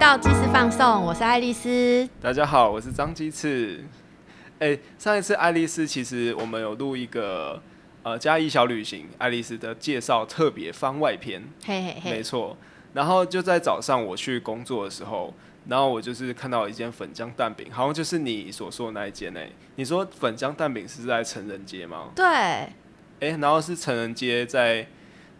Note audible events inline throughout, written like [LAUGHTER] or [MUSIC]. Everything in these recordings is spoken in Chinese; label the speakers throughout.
Speaker 1: 到鸡翅放送，我是爱丽丝。
Speaker 2: 大家好，我是张鸡翅。哎、上一次爱丽丝其实我们有录一个呃嘉义小旅行爱丽丝的介绍特别番外篇，
Speaker 1: 嘿嘿
Speaker 2: 没
Speaker 1: 嘿，
Speaker 2: 错。然后就在早上我去工作的时候，然后我就是看到一间粉浆蛋饼，好像就是你所说的那一间哎、你说粉浆蛋饼是在成人街吗？
Speaker 1: 对，
Speaker 2: 哎、然后是成人街在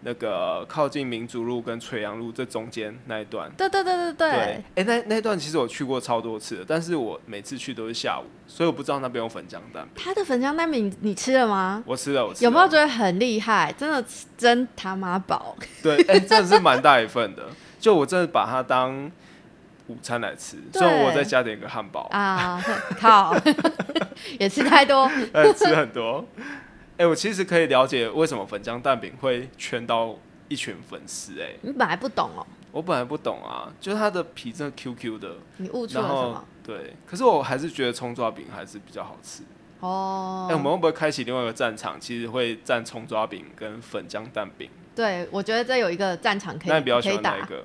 Speaker 2: 那个靠近民族路跟垂杨路这中间那一段。
Speaker 1: 对对对对
Speaker 2: 对
Speaker 1: 对，，
Speaker 2: 哎、那那段其实我去过超多次的，但是我每次去都是下午，所以我不知道那边有粉浆蛋。
Speaker 1: 它的粉浆蛋饼你你吃了吗？
Speaker 2: 我吃了，我吃了
Speaker 1: 有没有觉得很厉害？真的真他妈饱！
Speaker 2: 对，哎、真的是蛮大一份的，就我真的把它当午餐来吃，
Speaker 1: 对
Speaker 2: 所以我再加点一个汉堡，
Speaker 1: 啊， [LAUGHS] 靠，也吃太多。
Speaker 2: 呃，吃很多。哎、我其实可以了解为什么粉浆蛋饼会圈到一群粉丝。哎，
Speaker 1: 你本来不懂哦，
Speaker 2: 我本来不懂啊，就是它的皮真的 Q Q 的，
Speaker 1: 你误触了
Speaker 2: 然
Speaker 1: 什
Speaker 2: 后
Speaker 1: 么？
Speaker 2: 对，可是我还是觉得葱抓饼还是比较好吃。哎、我
Speaker 1: 哦，
Speaker 2: 们会不会开启另外一个战场？其实会战葱抓饼跟粉浆蛋饼。
Speaker 1: 对，我觉得这有一个战场可
Speaker 2: 那你
Speaker 1: 以
Speaker 2: 比较喜
Speaker 1: 可以
Speaker 2: 欢哪一
Speaker 1: 打。
Speaker 2: 个？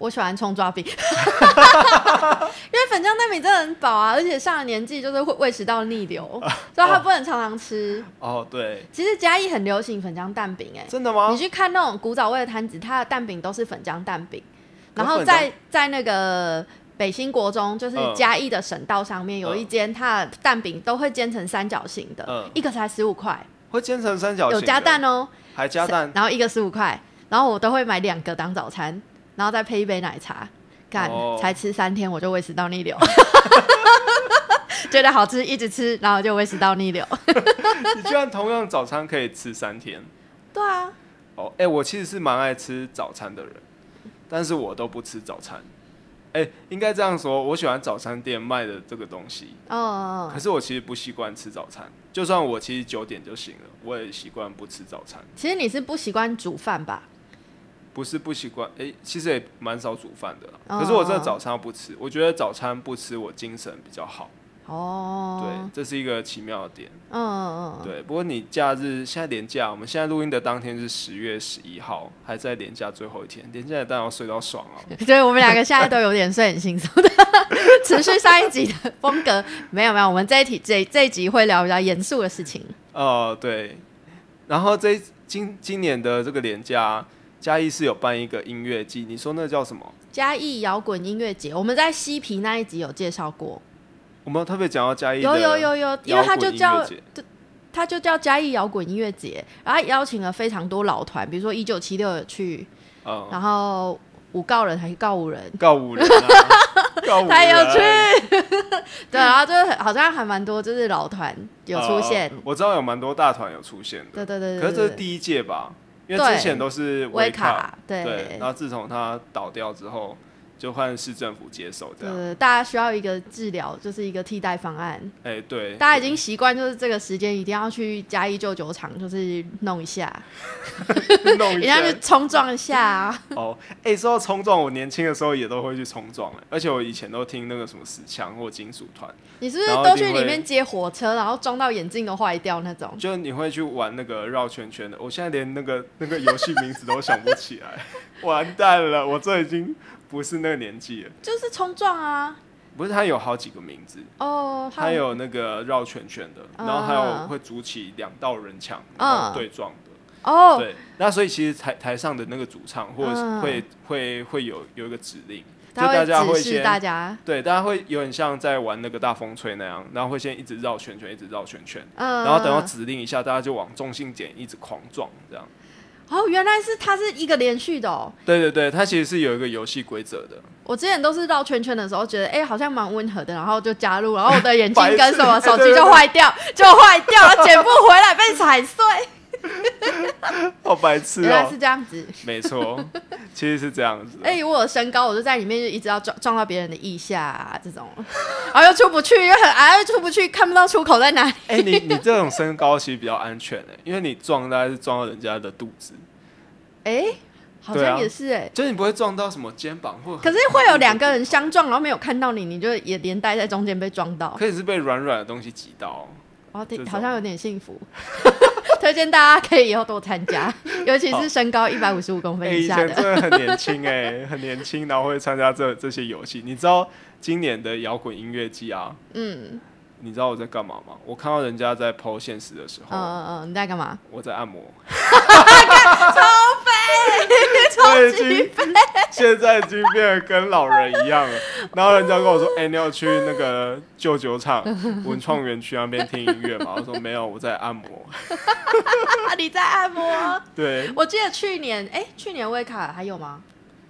Speaker 1: 我喜欢葱抓饼，因 [LAUGHS] 为粉浆蛋饼真的很饱啊，而且上了年纪就是会胃食道逆流，
Speaker 2: 啊
Speaker 1: 所以它不能常常吃。
Speaker 2: 哦，对，
Speaker 1: 其实嘉义很流行粉浆蛋饼、哎、
Speaker 2: 真的吗
Speaker 1: 你？去看那种古早味的摊子，它的蛋饼都是粉浆蛋饼，
Speaker 2: 可
Speaker 1: 然后
Speaker 2: 粉浆
Speaker 1: 在在那个北新国中，就是
Speaker 2: 嗯
Speaker 1: 嘉义的省道上面有一间，它的蛋饼都会煎成三角形的，
Speaker 2: 嗯
Speaker 1: 一个才十五块，
Speaker 2: 会煎成三角形，
Speaker 1: 有加蛋，哦、
Speaker 2: 还
Speaker 1: [LAUGHS]
Speaker 2: 加蛋，
Speaker 1: 然后一个十五块，然后我都会买两个当早餐，然后再配一杯奶茶，干、
Speaker 2: 哦
Speaker 1: 才吃三天我就胃食道逆流， [LAUGHS] 觉得好吃一直吃，然后就胃食道逆
Speaker 2: [LAUGHS]
Speaker 1: 流。
Speaker 2: 你居然同样早餐可以吃三天。
Speaker 1: 对啊，
Speaker 2: 哦，哎、我其实是蛮爱吃早餐的人，但是我都不吃早餐。哎、应该这样说，我喜欢早餐店卖的这个东西，
Speaker 1: 哦，
Speaker 2: 可是我其实不习惯吃早餐。就算我其实九点就醒了，我也习惯不吃早餐。
Speaker 1: 其实你是不习惯煮饭吧？
Speaker 2: 不是不习惯，哎、其实也蛮少煮饭的啦。
Speaker 1: 哦
Speaker 2: 可是我真的早餐不吃，我觉得早餐不吃我精神比较好。
Speaker 1: 哦
Speaker 2: 对，，这是一个奇妙的点。
Speaker 1: 嗯嗯嗯，
Speaker 2: 对，不过你假日现在连假，我们现在录音的当天是十月十一号，还在连假最后一天，连假当然要睡到爽
Speaker 1: [LAUGHS]
Speaker 2: 哦、
Speaker 1: 对，所以我们两个现在都有点睡很轻松的， [LAUGHS] 持续上一集的风格。没有没有，我们这一题这这一集会聊比较严肃的事情。
Speaker 2: 哦，对。然后这一今今年的这个连假，嘉义是有办一个音乐季，你说那叫什么？
Speaker 1: 嘉义摇滚音乐节，我们在西皮那一集有介绍过，
Speaker 2: 我们有特别讲到嘉义的
Speaker 1: 有有有有，因为它
Speaker 2: 摇
Speaker 1: 就
Speaker 2: 滚音
Speaker 1: 叫
Speaker 2: 乐节
Speaker 1: 它就叫嘉义摇滚音乐节，然后它邀请了非常多老团，比如说一九七六有去，
Speaker 2: 嗯，
Speaker 1: 然后五告人还是告五人，
Speaker 2: 告五
Speaker 1: [LAUGHS]
Speaker 2: 人、啊，告五人，
Speaker 1: 太有趣。对，然后就是好像还蛮多，就是老团有出现。
Speaker 2: 呃我知道有蛮多大团有出现的，
Speaker 1: 对对对对对，
Speaker 2: 可是这是
Speaker 1: 对
Speaker 2: 第一届吧？因为
Speaker 1: 对
Speaker 2: 之前都是
Speaker 1: 威
Speaker 2: 威卡，
Speaker 1: 卡，对
Speaker 2: 对，然后自从他倒掉之后，就换市政府接手这
Speaker 1: 对
Speaker 2: 样。
Speaker 1: 对大家需要一个治疗，就是一个替代方案。
Speaker 2: 哎、对，
Speaker 1: 大家已经习惯，就是这个时间一定要去嘉义旧酒厂，就是弄一下，
Speaker 2: [LAUGHS] 弄
Speaker 1: 一
Speaker 2: 一
Speaker 1: 定要
Speaker 2: 下
Speaker 1: 去冲撞一下啊。
Speaker 2: 哦。哎、说到冲撞，我年轻的时候也都会去冲撞、哎而且我以前都听那个什么死腔或金属团，
Speaker 1: 你是不是
Speaker 2: 然后
Speaker 1: 都
Speaker 2: 一定
Speaker 1: 去里
Speaker 2: 会
Speaker 1: 面接火车，然后撞到眼镜都坏掉那种？
Speaker 2: 就你会去玩那个绕圈圈的。我现在连那个那个游戏名字都想不起来， [LAUGHS] 完蛋了，我这已经不是那个年纪了。
Speaker 1: 就是冲撞啊！
Speaker 2: 不是，它有好几个名字，
Speaker 1: 哦，他
Speaker 2: 它有那个绕圈圈的，
Speaker 1: 啊
Speaker 2: 然后还有会筑起两道人墙，然后对撞的。
Speaker 1: 哦，
Speaker 2: 对，那所以其实台台上的那个主唱，或者
Speaker 1: 嗯
Speaker 2: 是会、会会有有一个指令，就
Speaker 1: 他
Speaker 2: 大家
Speaker 1: 会
Speaker 2: 会
Speaker 1: 指示
Speaker 2: 先
Speaker 1: 大家，
Speaker 2: 对，大家会有点像在玩那个大风吹那样，然后会先一直绕圈圈，一直绕圈圈，
Speaker 1: 嗯，
Speaker 2: 然后等到指令一下，大家就往中心点一直狂撞这样。
Speaker 1: 哦，原来是它是一个连续的哦。
Speaker 2: 对对对，它其实是有一个游戏规则的。
Speaker 1: 我之前都是绕圈圈的时候，觉得哎、好像蛮温和的，然后就加入，然后我的眼
Speaker 2: 白
Speaker 1: 睛
Speaker 2: 痴
Speaker 1: 跟什么
Speaker 2: 哎
Speaker 1: 手
Speaker 2: 对
Speaker 1: 机
Speaker 2: 对
Speaker 1: 就
Speaker 2: 对
Speaker 1: 坏掉，就坏
Speaker 2: [LAUGHS]
Speaker 1: 掉了，捡不回来，被踩碎。
Speaker 2: 好白痴
Speaker 1: 原来
Speaker 2: 哦、
Speaker 1: 是这样子。
Speaker 2: 没错，其实是这样子的。
Speaker 1: 哎、以我有身高，我就在里面就一直要撞撞到别人的腋下、啊、这种， [LAUGHS] 然后又出不去，又很矮，又出不去，看不到出口在哪里。
Speaker 2: 哎、你你这种身高其实比较安全哎、因为你撞大概是撞到人家的肚子，
Speaker 1: 哎、好
Speaker 2: 对啊
Speaker 1: 像也是哎、
Speaker 2: 就是你不会撞到什么肩膀或。
Speaker 1: 可是会有两个人相撞，然后没有看到你，你就也连带在中间被撞到。
Speaker 2: 可以是被软软的东西挤到哦、
Speaker 1: 哦，对
Speaker 2: 这，种
Speaker 1: 好像有点幸福。 [LAUGHS] 推荐大家可以以后多参加，尤其是身高一百五十五公
Speaker 2: 哎、
Speaker 1: 分以
Speaker 2: 以
Speaker 1: 下
Speaker 2: 前
Speaker 1: 的。
Speaker 2: 真的很
Speaker 1: [LAUGHS]
Speaker 2: 年轻哎、很年轻，然后会参加这这些游戏。你知道今年的摇滚音乐季啊？
Speaker 1: 嗯
Speaker 2: 你知道我在干嘛吗？我看到人家在抛现实的时
Speaker 1: 嗯
Speaker 2: 候，
Speaker 1: 嗯嗯，你在干 [LAUGHS] 嘛？
Speaker 2: 我在按摩，
Speaker 1: [LAUGHS]
Speaker 2: 超肥，超级肥，现在已经变得跟老人一样了。然后人家跟我说：“哎、你有去那个旧酒厂文创园区那边听音乐吗？”我说：“没有，我在按摩。
Speaker 1: 啊，你在按摩。”
Speaker 2: 对，
Speaker 1: 我记得去年，哎、去年威卡还有吗？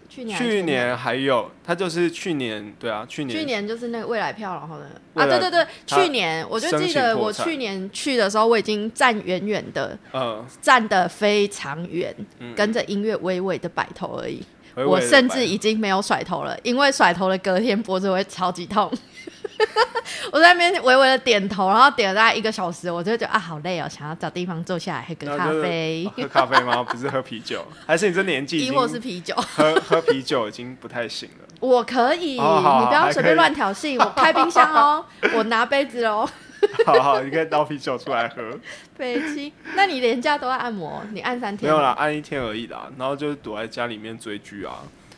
Speaker 1: 去年还是
Speaker 2: 去年还有他就是去年，对啊，去年
Speaker 1: 去年就是那个未来票，然后呢？
Speaker 2: 未
Speaker 1: 啊，
Speaker 2: 来
Speaker 1: 对对对，
Speaker 2: 他
Speaker 1: 去年我就
Speaker 2: 生
Speaker 1: 记
Speaker 2: 性
Speaker 1: 得
Speaker 2: 破
Speaker 1: 我
Speaker 2: 产
Speaker 1: 去年去的时候，我已经站远远的，
Speaker 2: 嗯，
Speaker 1: 站得非常远，
Speaker 2: 嗯
Speaker 1: 跟着音乐微微的摆头而已。
Speaker 2: 微微
Speaker 1: 我
Speaker 2: 地
Speaker 1: 甚
Speaker 2: 摆
Speaker 1: 至已经没有甩头了，因为甩头的隔天脖子会超级痛。 [LAUGHS] 我在那边微微的点头，然后点了大概一个小时，我就觉得啊好累哦，想要找地方坐下来喝个
Speaker 2: 那
Speaker 1: 咖
Speaker 2: 就是
Speaker 1: 啡
Speaker 2: 哦。喝咖啡吗？ [LAUGHS] 不是喝啤酒，还是你这年纪已
Speaker 1: 以
Speaker 2: 经
Speaker 1: 我是啤酒，
Speaker 2: 喝喝啤酒已经不太行了？ [LAUGHS]
Speaker 1: 我可以，
Speaker 2: 哦好
Speaker 1: 你不要
Speaker 2: 还
Speaker 1: 随
Speaker 2: 可以
Speaker 1: 便乱挑衅。我开冰箱
Speaker 2: [LAUGHS]
Speaker 1: 哦，我拿杯子哦，
Speaker 2: 好好，你可以倒啤酒出
Speaker 1: [LAUGHS]
Speaker 2: 来喝。
Speaker 1: 北七。那你连假都在按摩，你按三
Speaker 2: 没
Speaker 1: 天
Speaker 2: 有啦，，按一天而已啦。然后就是躲在家里面追剧啊。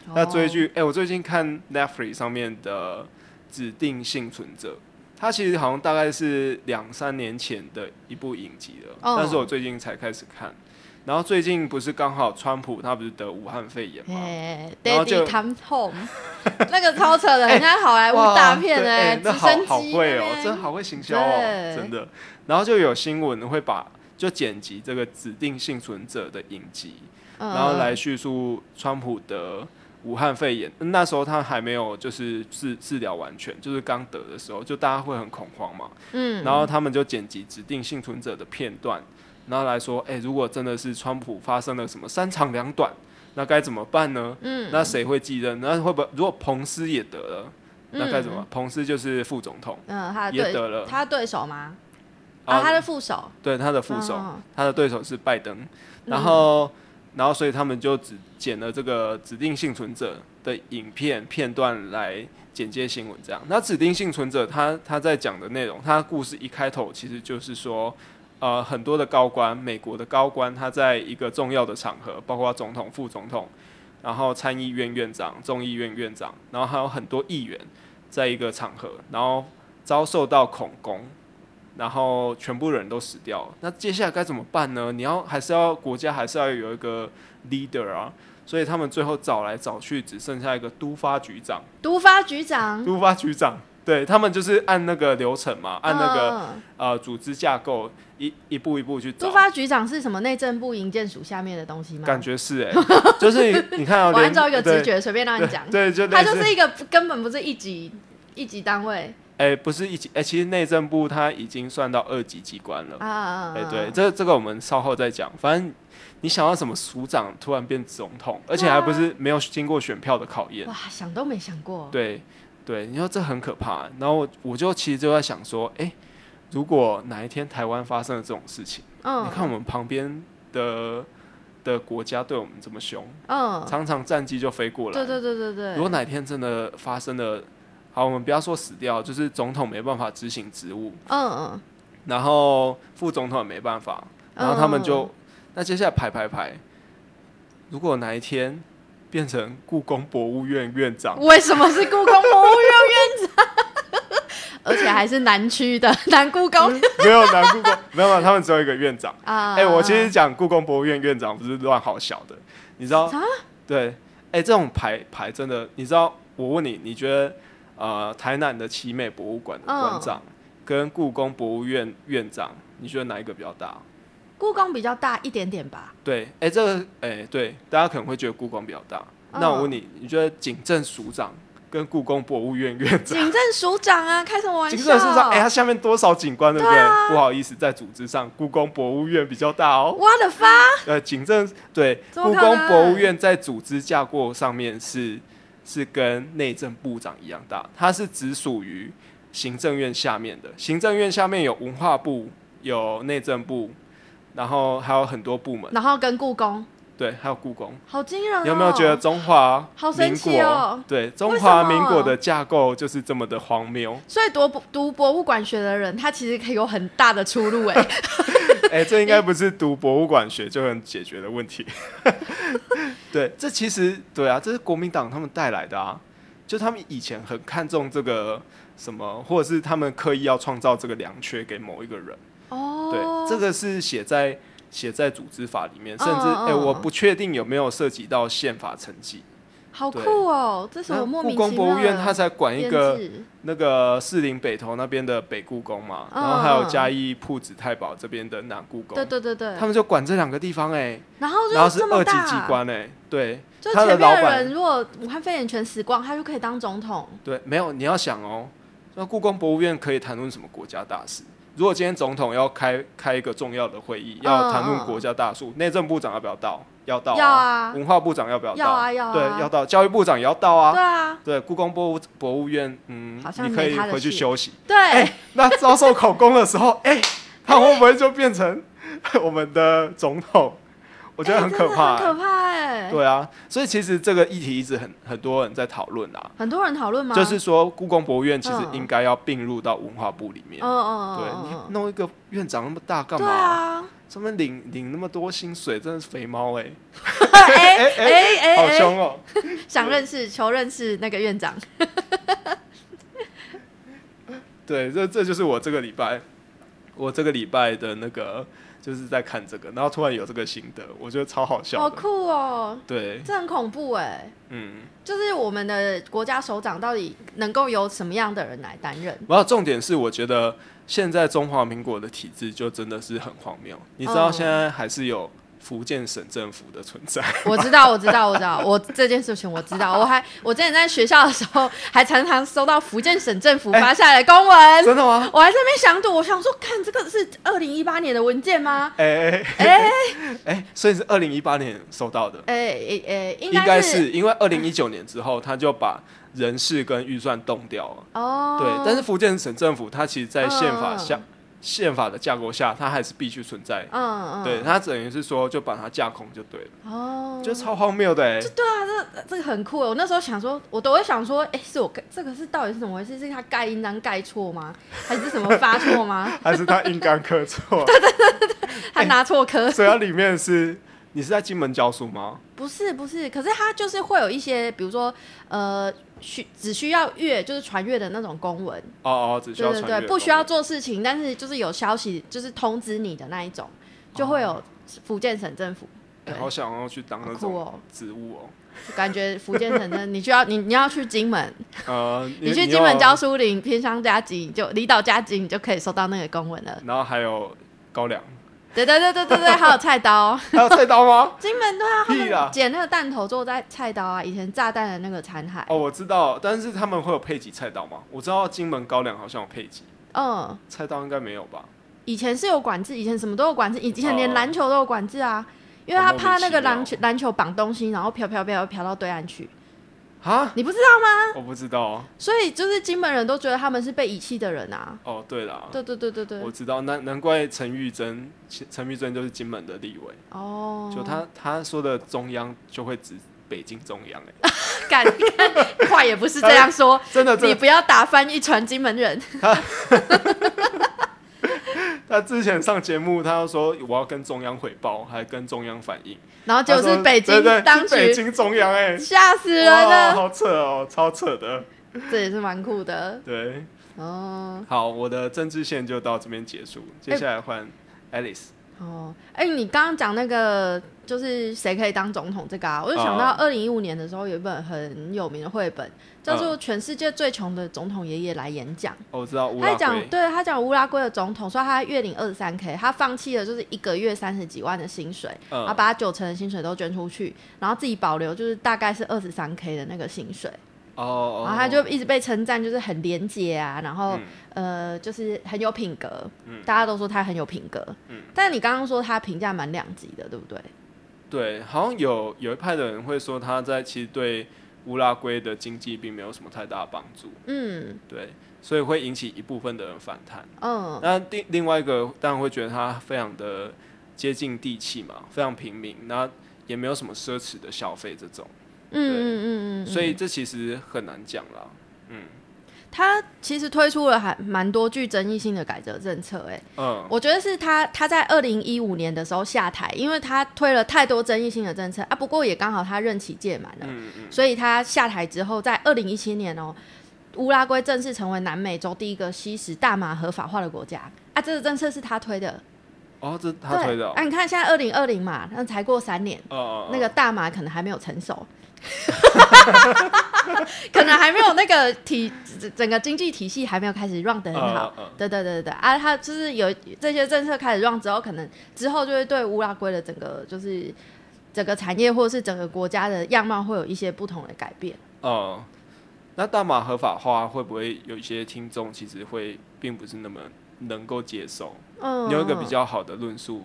Speaker 1: 哦
Speaker 2: 那追剧，哎、我最近看 Netflix 上面的《指定幸存者》，它其实好像大概是两三年前的一部影集了，
Speaker 1: 哦
Speaker 2: 但是我最近才开始看。然后最近不是刚好川普他不是得武汉肺炎吗？
Speaker 1: 哎
Speaker 2: 然后就
Speaker 1: ，Daddy Come
Speaker 2: [LAUGHS]
Speaker 1: Home，那个超扯的，人家好莱坞
Speaker 2: 哇
Speaker 1: 大片
Speaker 2: 对
Speaker 1: 哎，
Speaker 2: 哎
Speaker 1: 直
Speaker 2: 那好
Speaker 1: 升
Speaker 2: 好
Speaker 1: 机
Speaker 2: 会
Speaker 1: 那
Speaker 2: 哦，
Speaker 1: 边
Speaker 2: 真好会行销哦，
Speaker 1: 对
Speaker 2: 真的。然后就有新闻会把就剪辑这个指定幸存者的影集，
Speaker 1: 嗯
Speaker 2: 然后来叙述川普得武汉肺炎，那时候他还没有就是治治疗完全，就是刚得的时候，就大家会很恐慌嘛。
Speaker 1: 嗯，
Speaker 2: 然后他们就剪辑指定幸存者的片段，然后来说，哎、如果真的是川普发生了什么三长两短，那该怎么办呢？
Speaker 1: 嗯，
Speaker 2: 那谁会继任？那会不会如果彭斯也得了，那该怎么办？彭斯就是副总统，
Speaker 1: 嗯，他的嗯
Speaker 2: 也
Speaker 1: 对
Speaker 2: 得了
Speaker 1: 他的对手吗？啊，他的副手，
Speaker 2: 对他的副手，
Speaker 1: 哦
Speaker 2: 他的对手是拜登，然后、然后所以他们就只剪了这个指定幸存者的影片片段来简介新闻这样。那指定幸存者他他在讲的内容，他故事一开头其实就是说。呃，很多的高官，美国的高官，他在一个重要的场合，包括总统、副总统，然后参议院院长、众议院院长，然后还有很多议员，在一个场合，然后遭受到恐攻，然后全部人都死掉了。那接下来该怎么办呢？你要还是要国家还是要有一个 leader 啊？所以他们最后找来找去，只剩下一个都发局长。
Speaker 1: 毒发局长，
Speaker 2: 都发局长，对他们就是按那个流程嘛，按那个、
Speaker 1: 嗯
Speaker 2: 呃组织架构一一步一步去找
Speaker 1: 毒。发局长是什么内政部营建署下面的东西吗？
Speaker 2: 感觉是哎、就是你你看
Speaker 1: [LAUGHS]
Speaker 2: 啊，
Speaker 1: 我按照一
Speaker 2: 连
Speaker 1: 个直觉随便让你讲，
Speaker 2: 对，对就
Speaker 1: 他
Speaker 2: 类
Speaker 1: 就
Speaker 2: 似
Speaker 1: 是一个根本不是一级一级单位
Speaker 2: 哎、不是一级哎、其实内政部它已经算到二级机关了。
Speaker 1: 啊啊，啊
Speaker 2: 哎、对，，这这个我们稍后再讲。反正你想要什么署长突然变总统，而且还不是没有经过选票的考验
Speaker 1: 啊哇，，想都没想过，
Speaker 2: 对对，你说这很可怕。然后我我就其实就在想说，哎、如果哪一天台湾发生了这种事情，
Speaker 1: 嗯
Speaker 2: 你看我们旁边的的国家对我们这么凶，
Speaker 1: 嗯，
Speaker 2: 常常战机就飞过来，
Speaker 1: 对对对对对，
Speaker 2: 如果哪一天真的发生了，好，我们不要说死掉，就是总统没办法执行职务，
Speaker 1: 嗯嗯，
Speaker 2: 然后副总统也没办法，然后他们就、那接下来排排排，如果哪一天变成故宫博物院
Speaker 1: [LAUGHS]
Speaker 2: 院长，
Speaker 1: 为什么是故宫博物院院长？ [LAUGHS] 而且还是南区的南故宫
Speaker 2: 没有南故宫，没有，没有他们只有一个院长。
Speaker 1: 啊！
Speaker 2: 哎、我其实讲故宫博物院院长不是乱好小的，你知道
Speaker 1: 啥？
Speaker 2: 对，哎、这种排排真的，你知道？我问你，你觉得呃，台南的奇美博物馆的馆
Speaker 1: 嗯
Speaker 2: 长、跟故宫博物院院长，你觉得哪一个比较大？
Speaker 1: 故宫比较大一点点吧，
Speaker 2: 对，哎、这个，哎、对，大家可能会觉得故宫比较大。
Speaker 1: 嗯
Speaker 2: 那我问你，你觉得警政署长跟故宫博物院院长，
Speaker 1: 警政署长
Speaker 2: [LAUGHS]
Speaker 1: 啊，开什么玩笑？
Speaker 2: 警政署长，哎、他下面多少警官，对不对？
Speaker 1: 对啊
Speaker 2: 不好意思，在组织上，故宫博物院比较大哦。
Speaker 1: 我的发，
Speaker 2: 呃，警政对
Speaker 1: 啊怎么
Speaker 2: 故
Speaker 1: 可
Speaker 2: 宫博物
Speaker 1: 能
Speaker 2: 院在组织架构上面是是跟内政部长一样大，它是只属于行政院下面的。行政院下面有文化部，有内政部，然后还有很多部门，
Speaker 1: 然后跟故宫，
Speaker 2: 对，还有故宫。
Speaker 1: 好惊人、哦！
Speaker 2: 你有没有觉得？中华
Speaker 1: 好神
Speaker 2: 民
Speaker 1: 奇
Speaker 2: 国、
Speaker 1: 哦
Speaker 2: 对中
Speaker 1: 为
Speaker 2: 华
Speaker 1: 什么
Speaker 2: 民国的架构就是这么的
Speaker 1: [LAUGHS]
Speaker 2: 荒谬？ [LAUGHS]
Speaker 1: 所以读博读博物馆学的人，他其实可以有很大的出路哎、
Speaker 2: 哎、这应该不是读博物馆学就能解决的问题。 [LAUGHS] 对，这其实对啊，这是国民党他们带来的啊，就他们以前很看重这个什么，或者是他们刻意要创造这个良缺给某一个人。
Speaker 1: 哦，
Speaker 2: 对，这个是写在写在组织法里面，甚至
Speaker 1: 嗯嗯
Speaker 2: 哎、
Speaker 1: 嗯
Speaker 2: 我不确定有没有涉及到宪法成绩。
Speaker 1: 好
Speaker 2: 对
Speaker 1: 酷哦，这是
Speaker 2: 那
Speaker 1: 我莫名
Speaker 2: 故
Speaker 1: 其妙
Speaker 2: 宫博物院
Speaker 1: 的
Speaker 2: 它才管一
Speaker 1: 编
Speaker 2: 个
Speaker 1: 制
Speaker 2: 那个士林北投那边的北故宫嘛，
Speaker 1: 嗯
Speaker 2: 然后还有嘉义铺子太保这边的南故宫，
Speaker 1: 对对对对，
Speaker 2: 他们就管这两个地方哎、
Speaker 1: 然后
Speaker 2: 然后
Speaker 1: 就是这么
Speaker 2: 二级
Speaker 1: 大，
Speaker 2: 机关哎、对，
Speaker 1: 就
Speaker 2: 他的
Speaker 1: 前
Speaker 2: 老
Speaker 1: 面的人
Speaker 2: 板
Speaker 1: 如果武汉肺炎全死光，他就可以当总统。
Speaker 2: 对，没有你要想哦，那故宫博物院可以谈论什么国家大事？如果今天总统要开开一个重要的会议，要谈
Speaker 1: 嗯嗯
Speaker 2: 论国家大事，内政部长要不要到？要到
Speaker 1: 要啊
Speaker 2: 文化部长要不要到？
Speaker 1: 要啊要啊
Speaker 2: 对，要到，教育部长也要到啊
Speaker 1: 对。啊，
Speaker 2: 对，故宫博物博物院，嗯
Speaker 1: 好，像
Speaker 2: 你
Speaker 1: 没
Speaker 2: 可以
Speaker 1: 他的
Speaker 2: 回去
Speaker 1: 事
Speaker 2: 休息。
Speaker 1: 对，
Speaker 2: [LAUGHS] 那遭受口供的时候，哎、他会不会就变成 [LAUGHS] 我们的总统？我
Speaker 1: 我
Speaker 2: 觉得很可怕、
Speaker 1: 很可怕哎。
Speaker 2: 对啊，所以其实这个议题一直很很多人在讨论啊，
Speaker 1: 很多人讨论吗？
Speaker 2: 就是说故宫博物院其实
Speaker 1: 嗯
Speaker 2: 应该要并入到文化部里面。
Speaker 1: 嗯，嗯嗯
Speaker 2: 对
Speaker 1: 嗯
Speaker 2: 你
Speaker 1: 嗯嗯，
Speaker 2: 弄一个院长那么大干
Speaker 1: 对
Speaker 2: 嘛？
Speaker 1: 啊，
Speaker 2: 专门领领那么多薪水，真的是肥猫哎、 [LAUGHS]
Speaker 1: 哎
Speaker 2: 哎
Speaker 1: 哎哎
Speaker 2: 好
Speaker 1: 哎，
Speaker 2: 凶哦、
Speaker 1: 想认识求认识那个院长，
Speaker 2: 对，这这就是我这个礼拜，我这个礼拜的那个就是在看这个，然后突然有这个心得，我觉得超好笑
Speaker 1: 好
Speaker 2: 的。
Speaker 1: 酷哦，
Speaker 2: 对，
Speaker 1: 这很恐怖哎。
Speaker 2: 嗯，
Speaker 1: 就是我们的国家首长到底能够由什么样的人来担任？ [LAUGHS]
Speaker 2: 然后重点是，我觉得现在中华民国的体制就真的是很荒谬。你知道
Speaker 1: 嗯
Speaker 2: 现在还是有福建省政府的
Speaker 1: [LAUGHS]
Speaker 2: 存在，
Speaker 1: 我知道，我知道，我知道，我这件事情我知道。我还我之前在学校的时候，还常常收到福建省政府发下来的公文，
Speaker 2: 真的吗？
Speaker 1: 我还在那边详读，我想说，看这个是二零一八年的文件吗？
Speaker 2: 哎哎哎哎，所以是二零一八年收到的，
Speaker 1: 哎哎哎，应
Speaker 2: 应该
Speaker 1: 是
Speaker 2: 是因为二零一九年之后他就把人事跟预算冻掉了。
Speaker 1: 哦，
Speaker 2: 对，但是福建省政府它其实，在宪法下
Speaker 1: 嗯，
Speaker 2: 宪法的架构下，它还是必须存在。
Speaker 1: 嗯嗯，
Speaker 2: 对，它等于是说就把它架空就对了，
Speaker 1: 哦，
Speaker 2: 就超荒谬的哎、
Speaker 1: 对啊，这这个很酷欸耶。我那时候想说，我都会想说，哎、是我这个是到底是怎么回事？是他盖印章盖错吗？还是什么发错
Speaker 2: [LAUGHS]
Speaker 1: 吗？
Speaker 2: 还是他硬刚磕错？哎
Speaker 1: 他拿错 [LAUGHS] 科？
Speaker 2: 所以它里面是你是在金门教书吗？
Speaker 1: 不是不是，可是他就是会有一些，比如说呃，需只需要阅就是传阅的那种公文，
Speaker 2: 哦哦，只需
Speaker 1: 对
Speaker 2: 要
Speaker 1: 对
Speaker 2: 穿越
Speaker 1: 对，不需要做事情，但是就是有消息就是通知你的那一种，
Speaker 2: 哦
Speaker 1: 就会有福建省政府。
Speaker 2: 哎好想要去当那
Speaker 1: 好酷哦
Speaker 2: 种职务哦。
Speaker 1: 感觉福建省政府你需要 [LAUGHS] 你你要去金门， [LAUGHS]
Speaker 2: 呃，
Speaker 1: 你去金门
Speaker 2: 要
Speaker 1: 教，书林偏乡加急，你就离岛加急，你就可以收到那个公文了。
Speaker 2: 然后还有高粱， [LAUGHS]
Speaker 1: 对对对对对对，还有菜刀，
Speaker 2: 还有菜刀吗？
Speaker 1: [LAUGHS] 金门对啊，他
Speaker 2: 屁啦
Speaker 1: 们捡那个弹头做在菜刀啊，以前炸弹的那个残骸，
Speaker 2: 哦，我知道，但是他们会有配给菜刀吗？我知道金门高粱好像有配给，
Speaker 1: 嗯，
Speaker 2: 菜刀应该没有吧？
Speaker 1: 以前是有管制，以前什么都有管制，以前连
Speaker 2: 哦
Speaker 1: 篮球都有管制啊，因为他怕那个
Speaker 2: 好莫
Speaker 1: 篮
Speaker 2: 名其
Speaker 1: 球篮球绑东西，然后飘飘飘飘到对岸去，
Speaker 2: 啊，
Speaker 1: 你不知道吗？
Speaker 2: 我不知道。
Speaker 1: 所以就是金门人都觉得他们是被遗弃的人啊，
Speaker 2: 哦，对啦，
Speaker 1: 对对对对
Speaker 2: 我
Speaker 1: 对，
Speaker 2: 知道，难难怪陈玉珍，陈陈玉珍就是金门的立委，
Speaker 1: 哦，
Speaker 2: 就他他说的中央就会指北京中央、欸，
Speaker 1: 敢干话也不是这样说，
Speaker 2: 真的， [LAUGHS] 真
Speaker 1: 你
Speaker 2: 的，
Speaker 1: 不要打翻一船金门人，
Speaker 2: 他之前上节目，他就说我要跟中央汇报，还跟中央反映，
Speaker 1: 然后
Speaker 2: 他
Speaker 1: 啊就
Speaker 2: 说
Speaker 1: 是北京
Speaker 2: 对对是
Speaker 1: 当
Speaker 2: 北
Speaker 1: 局啊
Speaker 2: 京中央、欸，
Speaker 1: 吓死人
Speaker 2: 哇，
Speaker 1: 了，
Speaker 2: 好扯哦，超扯的，
Speaker 1: 这也是蛮酷的。
Speaker 2: 对，
Speaker 1: 哦
Speaker 2: 好，我的政治线就到这边结束，接下来换 Alice，、
Speaker 1: 哦，哎、你刚刚讲那个就是谁可以当总统这个啊，我就想到二零一五年的时候有一本很有名的绘本，叫
Speaker 2: 嗯
Speaker 1: 做《全世界最穷的总统爷爷来演讲》。
Speaker 2: 哦，我知道乌
Speaker 1: 他
Speaker 2: 拉
Speaker 1: 讲，
Speaker 2: 圭，
Speaker 1: 对他讲乌拉圭的总统说他月领二十三 k，他放弃了就是一个月三十几万的薪水，然后
Speaker 2: 嗯，
Speaker 1: 把他九成的薪水都捐出去，然后自己保留就是大概是二十三 k 的那个薪水，
Speaker 2: 哦哦，
Speaker 1: 然后啊他就一直被称赞就是很廉洁啊，然后
Speaker 2: 嗯
Speaker 1: 呃，就是很有品格，
Speaker 2: 嗯
Speaker 1: 大家都说他很有品格，
Speaker 2: 嗯
Speaker 1: 但你刚刚说他评价蛮两极的，对不对？
Speaker 2: 对，好像有有一派的人会说他在其实对乌拉圭的经济并没有什么太大的帮助，
Speaker 1: 嗯
Speaker 2: 对，所以会引起一部分的人反弹。
Speaker 1: 嗯
Speaker 2: 那另另外一个当然会觉得他非常的接近地气嘛，非常平民，那也没有什么奢侈的消费这种，
Speaker 1: 嗯嗯嗯嗯，
Speaker 2: 所以这其实很难讲啦。嗯，
Speaker 1: 他其实推出了还蛮多具争议性的改革政策、哎，
Speaker 2: 嗯，
Speaker 1: 我觉得是他他在二零一五年的时候下台，因为他推了太多争议性的政策啊。不过也刚好他任期届满了，
Speaker 2: 嗯嗯
Speaker 1: 所以他下台之后，在二零一七年哦，乌拉圭正式成为南美洲第一个吸食大麻合法化的国家啊。这个政策是他推的，
Speaker 2: 哦，这是
Speaker 1: 对
Speaker 2: 他推的哦，
Speaker 1: 啊。你看现在二零二零嘛，那才过三年，
Speaker 2: 哦哦，哦
Speaker 1: 那个大麻可能还没有成熟，可能还没有那个体整整个经济体系还没有开始 run 得很好。
Speaker 2: 嗯嗯嗯
Speaker 1: 对对对对对啊，他就是有这些政策开始 run 之后，可能之后就会对乌拉圭的整个就是整个产业或者是整个国家的样貌会有一些不同的改变。
Speaker 2: 哦、那大麻合法化会不会有一些听众其实会并不是那么能够接受？
Speaker 1: 嗯，
Speaker 2: 你有一个比较好的论述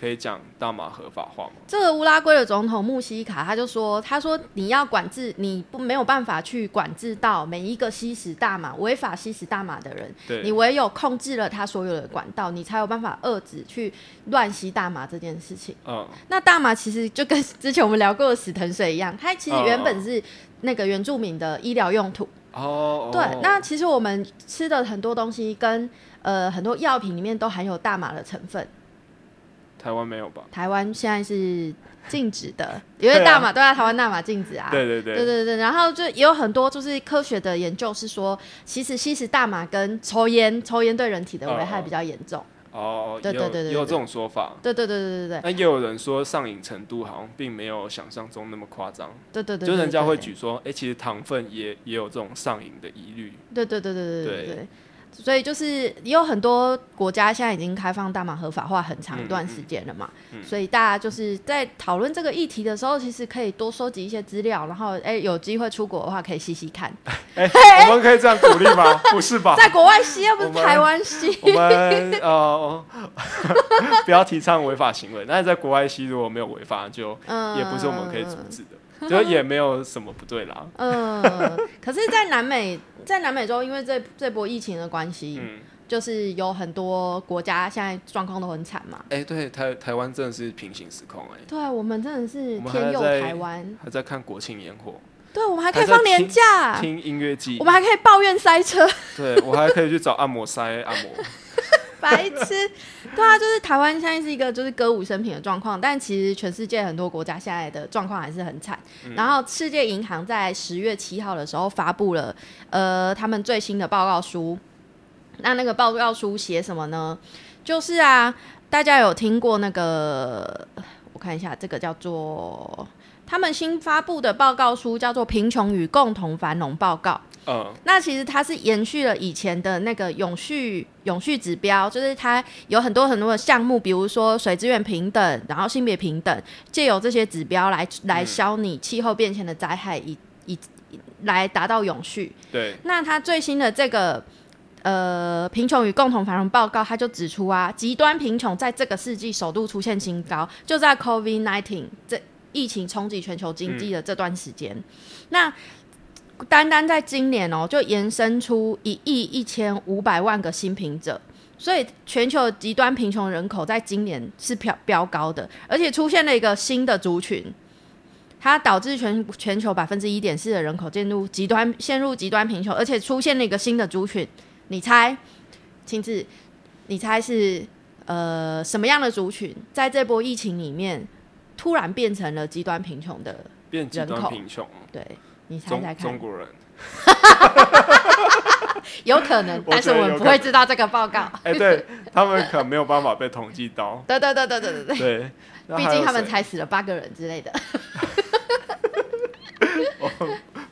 Speaker 2: 可以讲大麻合法化吗？
Speaker 1: 这个乌拉圭的总统穆西卡，他就说，他说你要管制，你不没有办法去管制到每一个吸食大麻、违法吸食大麻的人，你
Speaker 2: 对，
Speaker 1: 唯有控制了他所有的管道，你才有办法遏制去乱吸大麻这件事情。
Speaker 2: 嗯
Speaker 1: 那大麻其实就跟之前我们聊过的死藤水一样，它其实原本是那个原住民的医疗用途。
Speaker 2: 哦，
Speaker 1: 对
Speaker 2: 哦，
Speaker 1: 那其实我们吃的很多东西跟呃很多药品里面都含有大麻的成分。
Speaker 2: 台湾没有吧？
Speaker 1: 台湾现在是禁止的，因为大麻对啊，台湾大麻禁止啊。
Speaker 2: 对对对，
Speaker 1: 对对对，然后就也有很多就是科学的研究是说，其实吸食大麻跟抽烟，抽烟对人体的危害比较严重。
Speaker 2: 哦，
Speaker 1: 对
Speaker 2: 也有
Speaker 1: 对对对
Speaker 2: 也有
Speaker 1: 对
Speaker 2: 这种说法。
Speaker 1: 对对对对对
Speaker 2: 那也有人说上瘾程度好像并没有想象中那么夸张，
Speaker 1: 对对对对，
Speaker 2: 就人家会
Speaker 1: 对
Speaker 2: 举说，哎、其实糖分也也有这种上瘾的疑虑。
Speaker 1: 对对对对对对
Speaker 2: 对
Speaker 1: 对。所以就是也有很多国家现在已经开放大麻合法化很长一段时间了嘛，
Speaker 2: 嗯嗯嗯
Speaker 1: 所以大家就是在讨论这个议题的时候，其实可以多收集一些资料，然后哎、有机会出国的话可以吸吸看，
Speaker 2: 哎、我们可以这样鼓励
Speaker 1: [LAUGHS]
Speaker 2: 吗？不是吧？
Speaker 1: 在国外吸又不是
Speaker 2: 我们
Speaker 1: 台湾吸，
Speaker 2: 我们呃 [LAUGHS] 不要提倡违法行为，但是在国外吸如果没有违法，就
Speaker 1: 嗯，
Speaker 2: 也不是我们可以阻止的，就也没有什么不对
Speaker 1: [LAUGHS]
Speaker 2: 啦。
Speaker 1: 嗯，可是，在南美，在南美洲，因为这这波疫情的关系，
Speaker 2: 嗯，
Speaker 1: 就是有很多国家现在状况都很惨嘛。
Speaker 2: 哎、对，台台湾真的是平行时空哎、
Speaker 1: 对，啊我们真的是
Speaker 2: 我们
Speaker 1: 天
Speaker 2: 还
Speaker 1: 佑
Speaker 2: 在
Speaker 1: 台湾。
Speaker 2: 还在看国庆烟火，
Speaker 1: 对，我们还可以
Speaker 2: 还在
Speaker 1: 放年
Speaker 2: 听
Speaker 1: 假，
Speaker 2: 听音乐季
Speaker 1: 啊我，们还可以抱怨塞车，
Speaker 2: 对我还可以去找按摩塞按摩。
Speaker 1: [LAUGHS] 白痴。对啊，就是台湾现在是一个就是歌舞升平的状况，但其实全世界很多国家现在的状况还是很惨。然后世界银行在十月七号的时候发布了呃他们最新的报告书，那那个报告书写什么呢？就是啊，大家有听过那个，我看一下，这个叫做。他们新发布的报告书叫做《贫穷与共同繁荣报告》，
Speaker 2: 嗯，
Speaker 1: 那其实它是延续了以前的那个永续永续指标，就是它有很多很多的项目，比如说水资源平等，然后性别平等，借由这些指标来来消弭气候变迁的灾害，以以以来达到永续。
Speaker 2: 对，
Speaker 1: 那它最新的这个。呃，贫穷与共同繁荣报告，它就指出啊，极端贫穷在这个世纪首度出现新高，就在 COVID nineteen 这疫情冲击全球经济的这段时间。那单单在今年哦，就延伸出一亿一千五百万个新贫者，所以全球极端贫穷人口在今年是飙飙高的，而且出现了一个新的族群，它导致全全球百分之一点四的人口进入极端陷入极端贫穷，而且出现了一个新的族群，你猜，亲自，你猜是呃什么样的族群在这波疫情里面突然变成了极端贫穷的？
Speaker 2: 变极
Speaker 1: 人
Speaker 2: 端
Speaker 1: 口
Speaker 2: 贫穷，
Speaker 1: 对你猜猜
Speaker 2: 中中
Speaker 1: 看，
Speaker 2: 国人。
Speaker 1: 有可能，但是
Speaker 2: 觉得
Speaker 1: 我们
Speaker 2: 有
Speaker 1: 不
Speaker 2: 可
Speaker 1: 会
Speaker 2: 能
Speaker 1: 知道这个报告。
Speaker 2: 哎、对他们可没有办法被统计
Speaker 1: [LAUGHS]。
Speaker 2: 到
Speaker 1: 对对对对对对对。
Speaker 2: 对，那
Speaker 1: 毕
Speaker 2: 还
Speaker 1: 竟
Speaker 2: 有
Speaker 1: 他们
Speaker 2: 谁
Speaker 1: 才死了八个人之类的。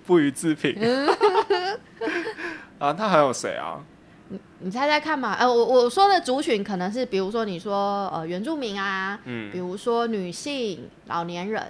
Speaker 2: 不予
Speaker 1: [LAUGHS]
Speaker 2: 置评。 [LAUGHS] 啊，那还有谁啊？
Speaker 1: 你猜猜看嘛？呃，我我说的族群可能是，比如说你说呃原住民啊，比
Speaker 2: 嗯，
Speaker 1: 如说女性、老年人，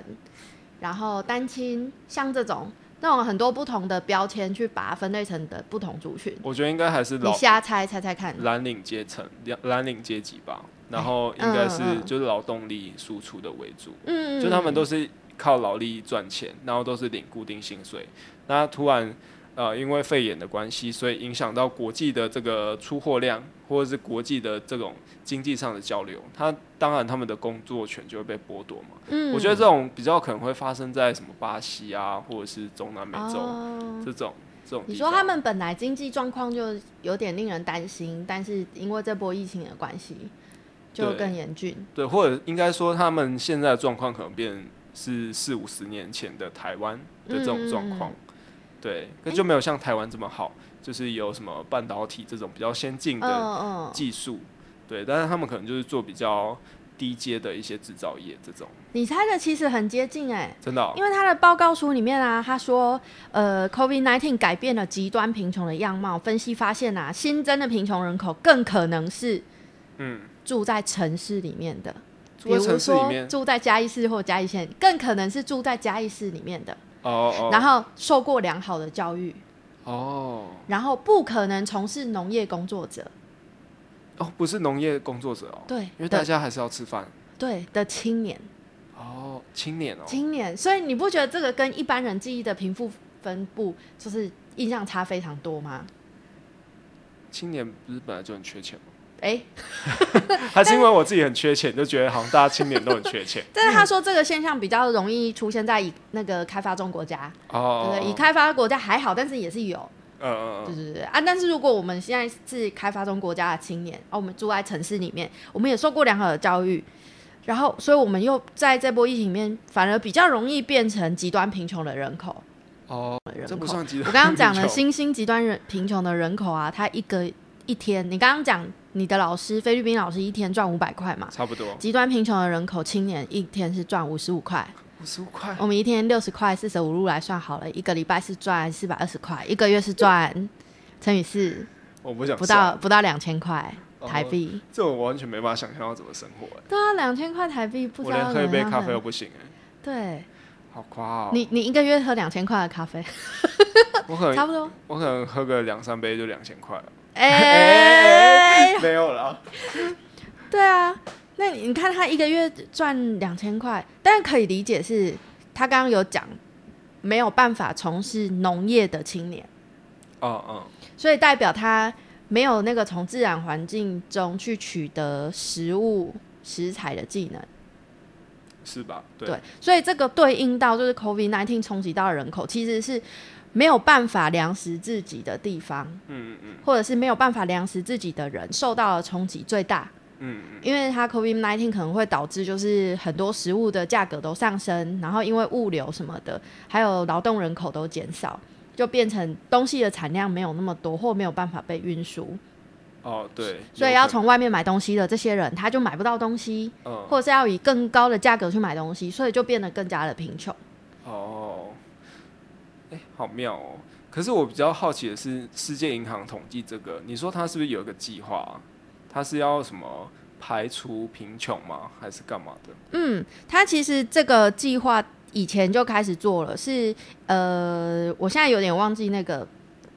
Speaker 1: 然后单亲，像这种那种很多不同的标签去把它分类成的不同族群。
Speaker 2: 我觉得应该还是
Speaker 1: 你
Speaker 2: 老
Speaker 1: 瞎猜猜猜看，
Speaker 2: 蓝领阶层、蓝蓝领阶级吧。然后应该是
Speaker 1: 嗯
Speaker 2: 就是劳动力输出的为主，
Speaker 1: 嗯，
Speaker 2: [LAUGHS] 就他们都是靠劳力赚钱，然后都是领固定薪水。那突然呃，因为肺炎的关系，所以影响到国际的这个出货量，或者是国际的这种经济上的交流，他当然他们的工作权就会被剥夺嘛。
Speaker 1: 嗯，
Speaker 2: 我觉得这种比较可能会发生在什么巴西啊，或者是中南美洲、
Speaker 1: 哦
Speaker 2: 这种。这种地方。
Speaker 1: 你说他们本来经济状况就有点令人担心，但是因为这波疫情的关系，就
Speaker 2: 对
Speaker 1: 更严峻。
Speaker 2: 对，或者应该说他们现在的状况可能变是四五十年前的台湾的
Speaker 1: 嗯
Speaker 2: 这种状况，对，那就没有像台湾这么好，就是有什么半导体这种比较先进
Speaker 1: 嗯
Speaker 2: 的
Speaker 1: 嗯，
Speaker 2: 技术，对，但是他们可能就是做比较低阶的一些制造业这种，
Speaker 1: 你猜的其实很接近哎、
Speaker 2: 真的哦、
Speaker 1: 因为他的报告书里面啊，他说，呃，COVID-19 改变了极端贫穷的样貌。分析发现啊，新增的贫穷人口更可能是
Speaker 2: 嗯，
Speaker 1: 住在城市里面的，比
Speaker 2: 住在
Speaker 1: 如
Speaker 2: 城市里
Speaker 1: 说
Speaker 2: 面，
Speaker 1: 住在嘉义市或嘉义县，更可能是住在嘉义市里面的，
Speaker 2: 哦哦，
Speaker 1: 然后受过良好的教育，
Speaker 2: 哦
Speaker 1: 然后不可能从事农业工作者，
Speaker 2: 哦，不是农业工作者哦，
Speaker 1: 对，
Speaker 2: 因为大
Speaker 1: 的
Speaker 2: 家还是要吃饭
Speaker 1: 对的青年，
Speaker 2: 哦，青年哦，
Speaker 1: 青年，所以你不觉得这个跟一般人记忆的贫富分布就是印象差非常多吗？
Speaker 2: 青年不是本来就很缺钱吗？
Speaker 1: 哎、
Speaker 2: 还是因为我自己很缺钱，就觉得好像大家青年都很缺钱
Speaker 1: 但是他说这个现象比较容易出现在以那个开发中国家，对
Speaker 2: 哦
Speaker 1: 不对？以开发国家还好，但是也是有，
Speaker 2: 呃
Speaker 1: 对对对啊。但是如果我们现在是开发中国家的青年，啊，我们住在城市里面，我们也受过良好的教育，然后所以我们又在这波疫情里面，反而比较容易变成极端贫穷的人口。
Speaker 2: 哦，
Speaker 1: 人
Speaker 2: 这不
Speaker 1: 口
Speaker 2: 算极端
Speaker 1: 我
Speaker 2: 贫穷。
Speaker 1: 刚刚讲了
Speaker 2: [LAUGHS]
Speaker 1: 新兴极端人贫穷的人口啊，他一个一天，你刚刚讲你的老师菲律宾老师一天赚五百块嘛，
Speaker 2: 差不多
Speaker 1: 极端贫穷的人口青年一天是赚五十五块。
Speaker 2: 五十五块，
Speaker 1: 我们一天六十块，四舍五入来算好了，一个礼拜是赚四百二十块，一个月是赚乘以四，
Speaker 2: 我不想
Speaker 1: 不
Speaker 2: 算
Speaker 1: 到不到两千块台
Speaker 2: 哦
Speaker 1: 币。
Speaker 2: 这我完全没办法想象要怎么生活欸，
Speaker 1: 对啊，两千块台币不知
Speaker 2: 我
Speaker 1: 道
Speaker 2: 连喝一
Speaker 1: 怎
Speaker 2: 杯
Speaker 1: 样
Speaker 2: 咖
Speaker 1: 的
Speaker 2: 啡都不行哎，
Speaker 1: 对
Speaker 2: 好夸哦！
Speaker 1: 你，你一个月喝两千块的咖啡，
Speaker 2: 我可
Speaker 1: 差
Speaker 2: 能
Speaker 1: 不多。
Speaker 2: 我可能喝个两三杯就两千块了，
Speaker 1: 哎、
Speaker 2: [LAUGHS] 没有啦，
Speaker 1: 对啊，那你你看他一个月赚两千块，但可以理解是他刚刚有讲没有办法从事农业的青年。
Speaker 2: 哦嗯，
Speaker 1: 所以代表他没有那个从自然环境中去取得食物食材的技能。
Speaker 2: 是吧？对
Speaker 1: 对，所以这个对应到就是 COVID nineteen 冲击到的人口，其实是没有办法粮食自给的地方，
Speaker 2: 嗯嗯
Speaker 1: 或者是没有办法粮食自给的人受到的冲击最大。
Speaker 2: 嗯嗯，
Speaker 1: 因为它 COVID nineteen 可能会导致就是很多食物的价格都上升，然后因为物流什么的，还有劳动人口都减少，就变成东西的产量没有那么多，或没有办法被运输。
Speaker 2: 哦对，
Speaker 1: 所以
Speaker 2: 有
Speaker 1: 要
Speaker 2: 可能
Speaker 1: 从外面买东西的这些人，他就买不到东西，
Speaker 2: 嗯
Speaker 1: 或者是要以更高的价格去买东西，所以就变得更加的贫穷。
Speaker 2: 哦，哎、好妙哦！可是我比较好奇的是，世界银行统计这个，你说它是不是有一个计划啊、它是要什么排除贫穷吗？还是干嘛的？
Speaker 1: 嗯，他其实这个计划以前就开始做了，是呃，我现在有点忘记那个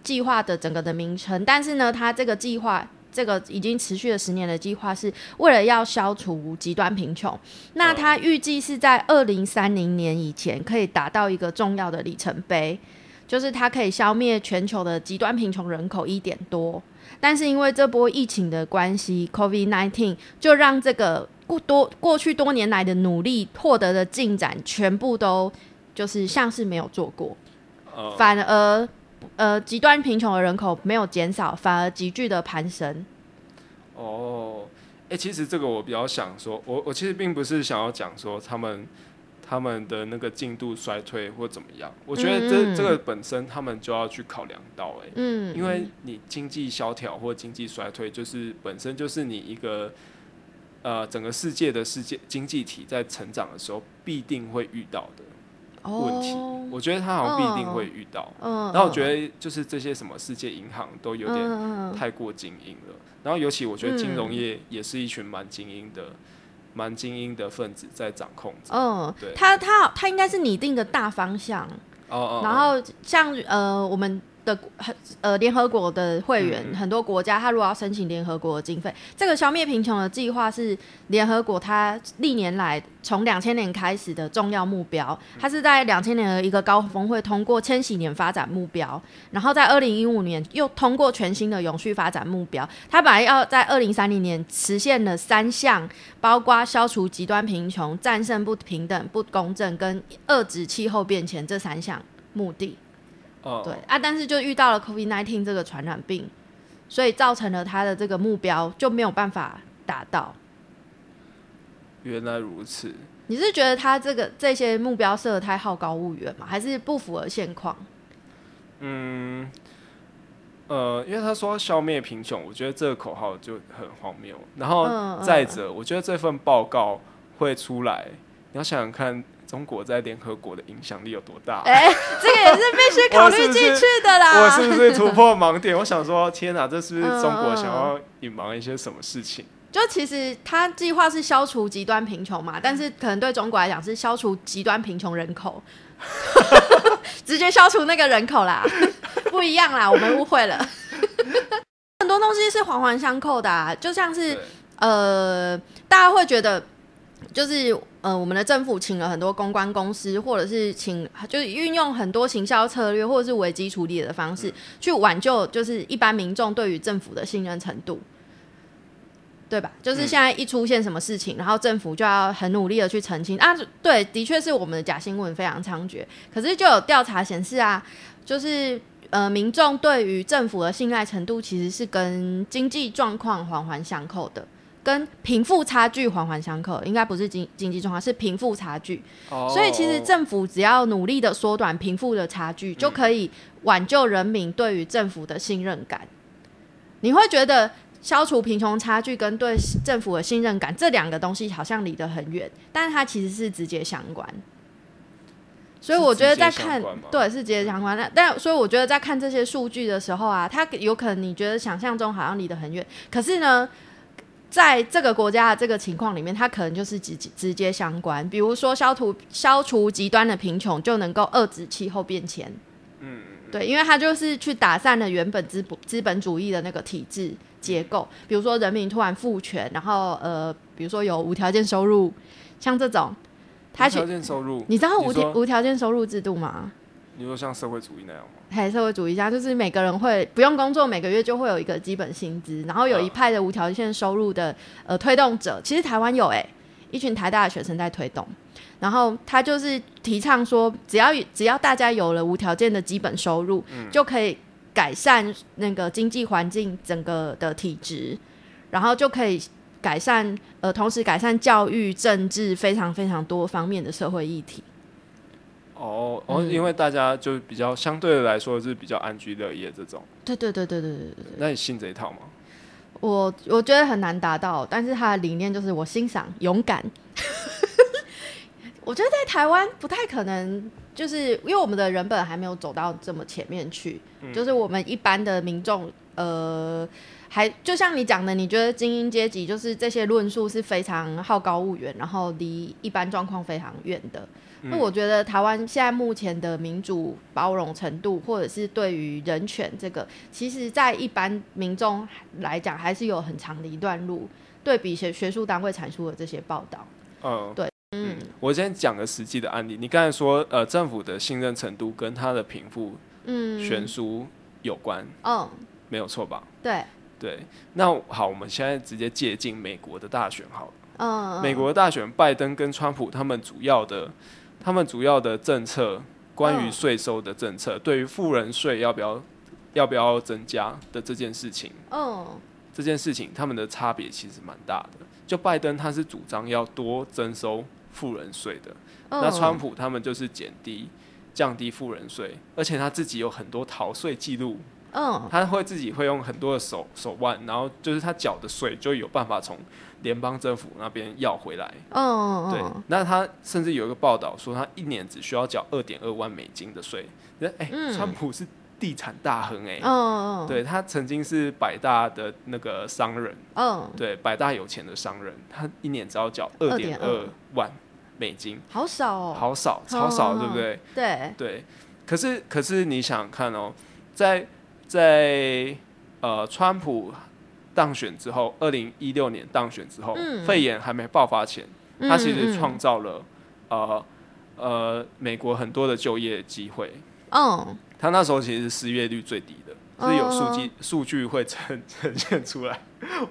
Speaker 1: 计划的整个的名称，但是呢，他这个计划。这个已经持续了十年的计划是为了要消除极端贫穷，那他预计是在二零三零年以前可以达到一个重要的里程碑，就是它可以消灭全球的极端贫穷人口一点多。但是因为这波疫情的关系，COVID-19 就让这个过多过去多年来的努力获得的进展，全部都就是像是没有做过，
Speaker 2: 呃，
Speaker 1: 反而呃极端贫穷的人口没有减少，反而急剧的攀升。
Speaker 2: 哦，哎、其实这个我比较想说，我我其实并不是想要讲说他们他们的那个进度衰退或怎么样，我觉得这、
Speaker 1: 嗯嗯
Speaker 2: 这个本身他们就要去考量到、哎。
Speaker 1: 嗯，
Speaker 2: 因为你经济萧条或经济衰退，就是本身就是你一个呃整个世界的世界经济体在成长的时候必定会遇到的问题。
Speaker 1: 哦，
Speaker 2: 我觉得它好像必定会遇到。
Speaker 1: 嗯，
Speaker 2: 然后我觉
Speaker 1: 得
Speaker 2: 得就是这些什么世界银行都有点
Speaker 1: 嗯嗯
Speaker 2: 太过精英了。然后尤其我觉得金融
Speaker 1: 嗯
Speaker 2: 业也是一群蛮精英的、蛮精英的分子在掌控着。
Speaker 1: 嗯
Speaker 2: 对，
Speaker 1: 他他他应该是拟定个大方向，
Speaker 2: 哦哦，
Speaker 1: 然后像呃我们的呃联合国的会员，
Speaker 2: 嗯嗯
Speaker 1: 很多国家他如果要申请联合国的经费，这个消灭贫穷的计划是联合国它历年来从两千年开始的重要目标，
Speaker 2: 嗯
Speaker 1: 它是在两千年的一个高峰会通过千禧年发展目标，然后在二零一五年又通过全新的永续发展目标，它本来要在二零三零年实现了三项，包括消除极端贫穷、战胜不平等、不公正跟遏制气候变迁这三项目的。
Speaker 2: 哦，
Speaker 1: 对啊，但是就遇到了 COVID-19 这个传染病，所以造成了他的这个目标就没有办法达到。
Speaker 2: 原来如此。
Speaker 1: 你是觉得他这个这些目标设得太好高骛远吗？还是不符合现
Speaker 2: [LAUGHS]
Speaker 1: 况？
Speaker 2: 嗯，呃，因为他说消灭贫穷，我觉得这个口号就很荒谬。然后
Speaker 1: 嗯嗯
Speaker 2: 再者，我觉得这份报告会出来，你要想想看，中国在联合国的影响力有多大。
Speaker 1: 哎、这个也是必须考虑进去的啦。
Speaker 2: 我是不是突破盲点？我想说，天哪，这是不是中国
Speaker 1: 嗯嗯
Speaker 2: 想要隐瞒一些什么事情？
Speaker 1: 就其实他计划是消除极端贫穷嘛，但是可能对中国来讲是消除极端贫穷人口， [LAUGHS] 直接消除那个人口啦，不一样啦，我们误会了。 [LAUGHS] 很多东西是环环相扣的、啊，就像是
Speaker 2: 对
Speaker 1: 呃，大家会觉得就是呃，我们的政府请了很多公关公司，或者是请呃就是运用很多行销策略或者是危机处理的方式，去挽救就是一般民众对于政府的信任程度。对吧？就是
Speaker 2: 嗯
Speaker 1: 现在一出现什么事情，然后政府就要很努力的去澄清啊。对，的确是我们的假新闻非常猖獗，可是就有调查显示啊，就是呃，民众对于政府的信赖程度其实是跟经济状况环环相扣的，跟贫富差距环环相扣，应该不是经经济状况，是贫富差距。
Speaker 2: 哦
Speaker 1: 所以其实政府只要努力的缩短贫富的差距，就可以挽救人民对于政府的信任感。你会觉得消除贫穷差距跟对政府的信任感这两个东西好像离得很远，但是它其实是直接相关。所以我觉得在看
Speaker 2: 是直接相关吗，
Speaker 1: 对，是直接相关的。但所以我觉得在看这些数据的时候啊，它有可能你觉得想象中好像离得很远，可是呢，在这个国家的这个情况里面，它可能就是直直接相关。比如说消除消除极端的贫穷，就能够遏制气候变迁。对，因为它就是去打散了原本资本资本主义的那个体制结构，比如说人民突然赋权，然后呃，比如说有无条件收入，像这种，它
Speaker 2: 无
Speaker 1: 去
Speaker 2: 条件收入，
Speaker 1: 你知道
Speaker 2: 你
Speaker 1: 无条
Speaker 2: 说
Speaker 1: 无条件收入制度吗？
Speaker 2: 你说像社会主义那样吗？
Speaker 1: 还社会主义家，就是每个人会不用工作，每个月就会有一个基本薪资，然后有一派的无条件收入的呃推动者，其实台湾有诶、一群台大的学生在推动，然后他就是提倡说，只要只要大家有了无条件的基本收入，就可以改善那个经济环境整个的体质，然后就可以改善呃，同时改善教育、政治非常非常多方面的社会议题。
Speaker 2: 哦哦，
Speaker 1: 嗯
Speaker 2: 因为大家就比较相对的来说是比较安居乐业这种，
Speaker 1: 对对对对对对对对。
Speaker 2: 那你信这一套吗？
Speaker 1: 我我觉得很难达到，但是他的理念就是我欣赏勇敢。 [LAUGHS] 我觉得在台湾不太可能，就是因为我们的人本还没有走到这么前面去，就是我们一般的民众，呃，还就像你讲的，你觉得精英阶级就是这些论述是非常好高骛远，然后离一般状况非常远的。那、我觉得台湾现在目前的民主包容程度，或者是对于人权这个，其实，在一般民众来讲，还是有很长的一段路。对比学学术单位阐述的这些报道，
Speaker 2: 嗯，
Speaker 1: 对，
Speaker 2: 嗯，我先讲个实际的案例。你刚才说，呃，政府的信任程度跟他的贫富悬
Speaker 1: 嗯，
Speaker 2: 殊有关，
Speaker 1: 嗯，
Speaker 2: 没有错吧？
Speaker 1: 对，
Speaker 2: 对，那好，我们现在直接借鉴美国的大选好了。
Speaker 1: 嗯，
Speaker 2: 美国的大选，拜登跟川普他们主要的，他们主要的政策，关于
Speaker 1: 嗯
Speaker 2: 税收的政策，对于富人税要不要要不要增加的这件事情，
Speaker 1: 嗯，
Speaker 2: 这件事情他们的差别其实蛮大的。就拜登他是主张要多征收富人税的，
Speaker 1: 嗯，
Speaker 2: 那川普他们就是减低、降低富人税，而且他自己有很多逃税记录，
Speaker 1: 嗯，
Speaker 2: 他会自己会用很多的手手腕，然后就是他缴的税就有办法从联邦政府那边要回来。
Speaker 1: 嗯，嗯，
Speaker 2: 对，那他甚至有一个报道说，他一年只需要缴二点二万美金的税。那哎、
Speaker 1: 嗯
Speaker 2: 川普是地产大亨哎、
Speaker 1: 嗯，嗯，，
Speaker 2: 对他曾经是百大的那个商人，
Speaker 1: 嗯，
Speaker 2: 对百大有钱的商人，他一年只要缴二点二
Speaker 1: 2.2
Speaker 2: 万美金，
Speaker 1: 好少哦，
Speaker 2: 好少，超少，
Speaker 1: 哦
Speaker 2: 对不对？
Speaker 1: 对，
Speaker 2: 对，可是可是你想想看哦，在在呃，川普当选之后，二零一六年当选之后，
Speaker 1: 嗯
Speaker 2: 肺炎还没爆发前，
Speaker 1: 嗯
Speaker 2: 它其实
Speaker 1: 嗯
Speaker 2: 创造了呃呃美国很多的就业机会。
Speaker 1: 嗯，
Speaker 2: 它那时候其实是失业率最低的，是有数据
Speaker 1: 哦
Speaker 2: 数据会呈 [LAUGHS] 呈现出来。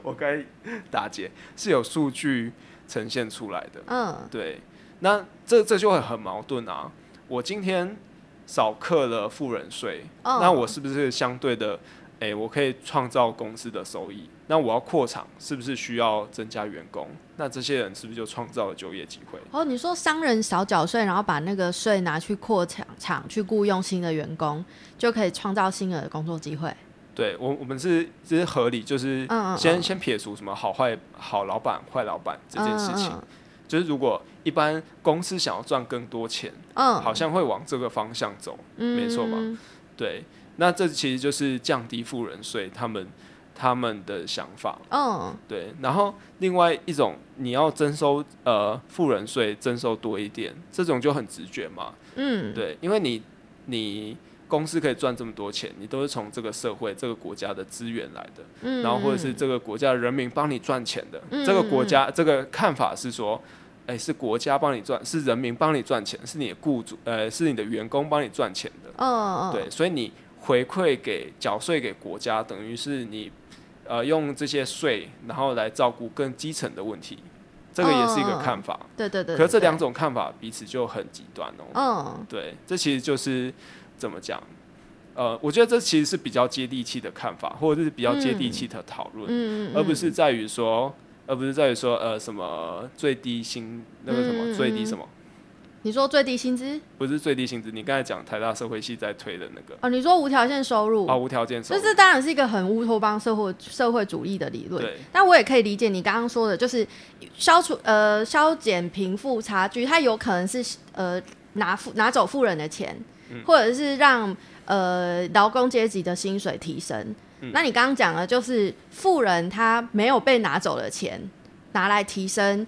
Speaker 2: 我该打结是有数据呈现出来的。
Speaker 1: 嗯，
Speaker 2: 对，那这这就会很矛盾啊！我今天少课了富人税，
Speaker 1: 哦
Speaker 2: 那我是不是相对的，诶、我可以创造公司的收益？那我要扩厂，是不是需要增加员工？那这些人是不是就创造了就业机会？
Speaker 1: 哦，你说商人少缴税，然后把那个税拿去扩厂厂去雇佣新的员工，就可以创造新的工作机会。
Speaker 2: 对我，我们是这是合理，就是
Speaker 1: 嗯嗯
Speaker 2: 先
Speaker 1: 嗯
Speaker 2: 先撇除什么好坏、好老板、坏老板这件事情。
Speaker 1: 嗯
Speaker 2: 就是如果一般公司想要赚更多钱，
Speaker 1: 嗯，
Speaker 2: 好像会往这个方向走。
Speaker 1: 嗯
Speaker 2: 没错吧？对，那这其实就是降低富人税，他们他们的想法。
Speaker 1: 嗯
Speaker 2: 对，然后另外一种你要征收呃富人税，征收多一点，这种就很直觉嘛。
Speaker 1: 嗯，
Speaker 2: 对，因为你你公司可以赚这么多钱，你都是从这个社会、这个国家的资源来的。
Speaker 1: 嗯，
Speaker 2: 然后或者是这个国家的人民帮你赚钱的，
Speaker 1: 嗯
Speaker 2: 这个国家这个看法是说，哎，是国家帮你赚，是人民帮你赚钱，是你的雇主，呃，是你的员工帮你赚钱的，
Speaker 1: 嗯嗯，嗯，
Speaker 2: 对，所以你回馈给缴税给国家，等于是你呃用这些税，然后来照顾更基层的问题，这个也是一个看法。
Speaker 1: 对对嗯对。
Speaker 2: 可是这两
Speaker 1: 种，
Speaker 2: 种看法彼此就很极端哦。
Speaker 1: 嗯
Speaker 2: 对，这其实就是怎么讲？呃，我觉得这其实是比较接地气的看法，或者是比较接地气的讨论。
Speaker 1: 嗯，嗯
Speaker 2: 而不是在于说，而不是在于说，呃，什么最低薪那个什么、
Speaker 1: 嗯嗯
Speaker 2: 最低什么，
Speaker 1: 嗯你说最低薪资
Speaker 2: 不是最低薪资。你刚才讲台大社会系在推的那个
Speaker 1: 哦，你说无条件收入，
Speaker 2: 啊，无条件收
Speaker 1: 这
Speaker 2: 入，
Speaker 1: 是当然是一个很乌托邦社会社会主义的理论。
Speaker 2: 对
Speaker 1: 但我也可以理解你刚刚说的，就是消除呃消减贫富差距，它有可能是呃拿富拿走富人的钱，
Speaker 2: 嗯
Speaker 1: 或者是让呃劳工阶级的薪水提升。
Speaker 2: 嗯
Speaker 1: 那你刚刚讲的就是富人他没有被拿走的钱，拿来提升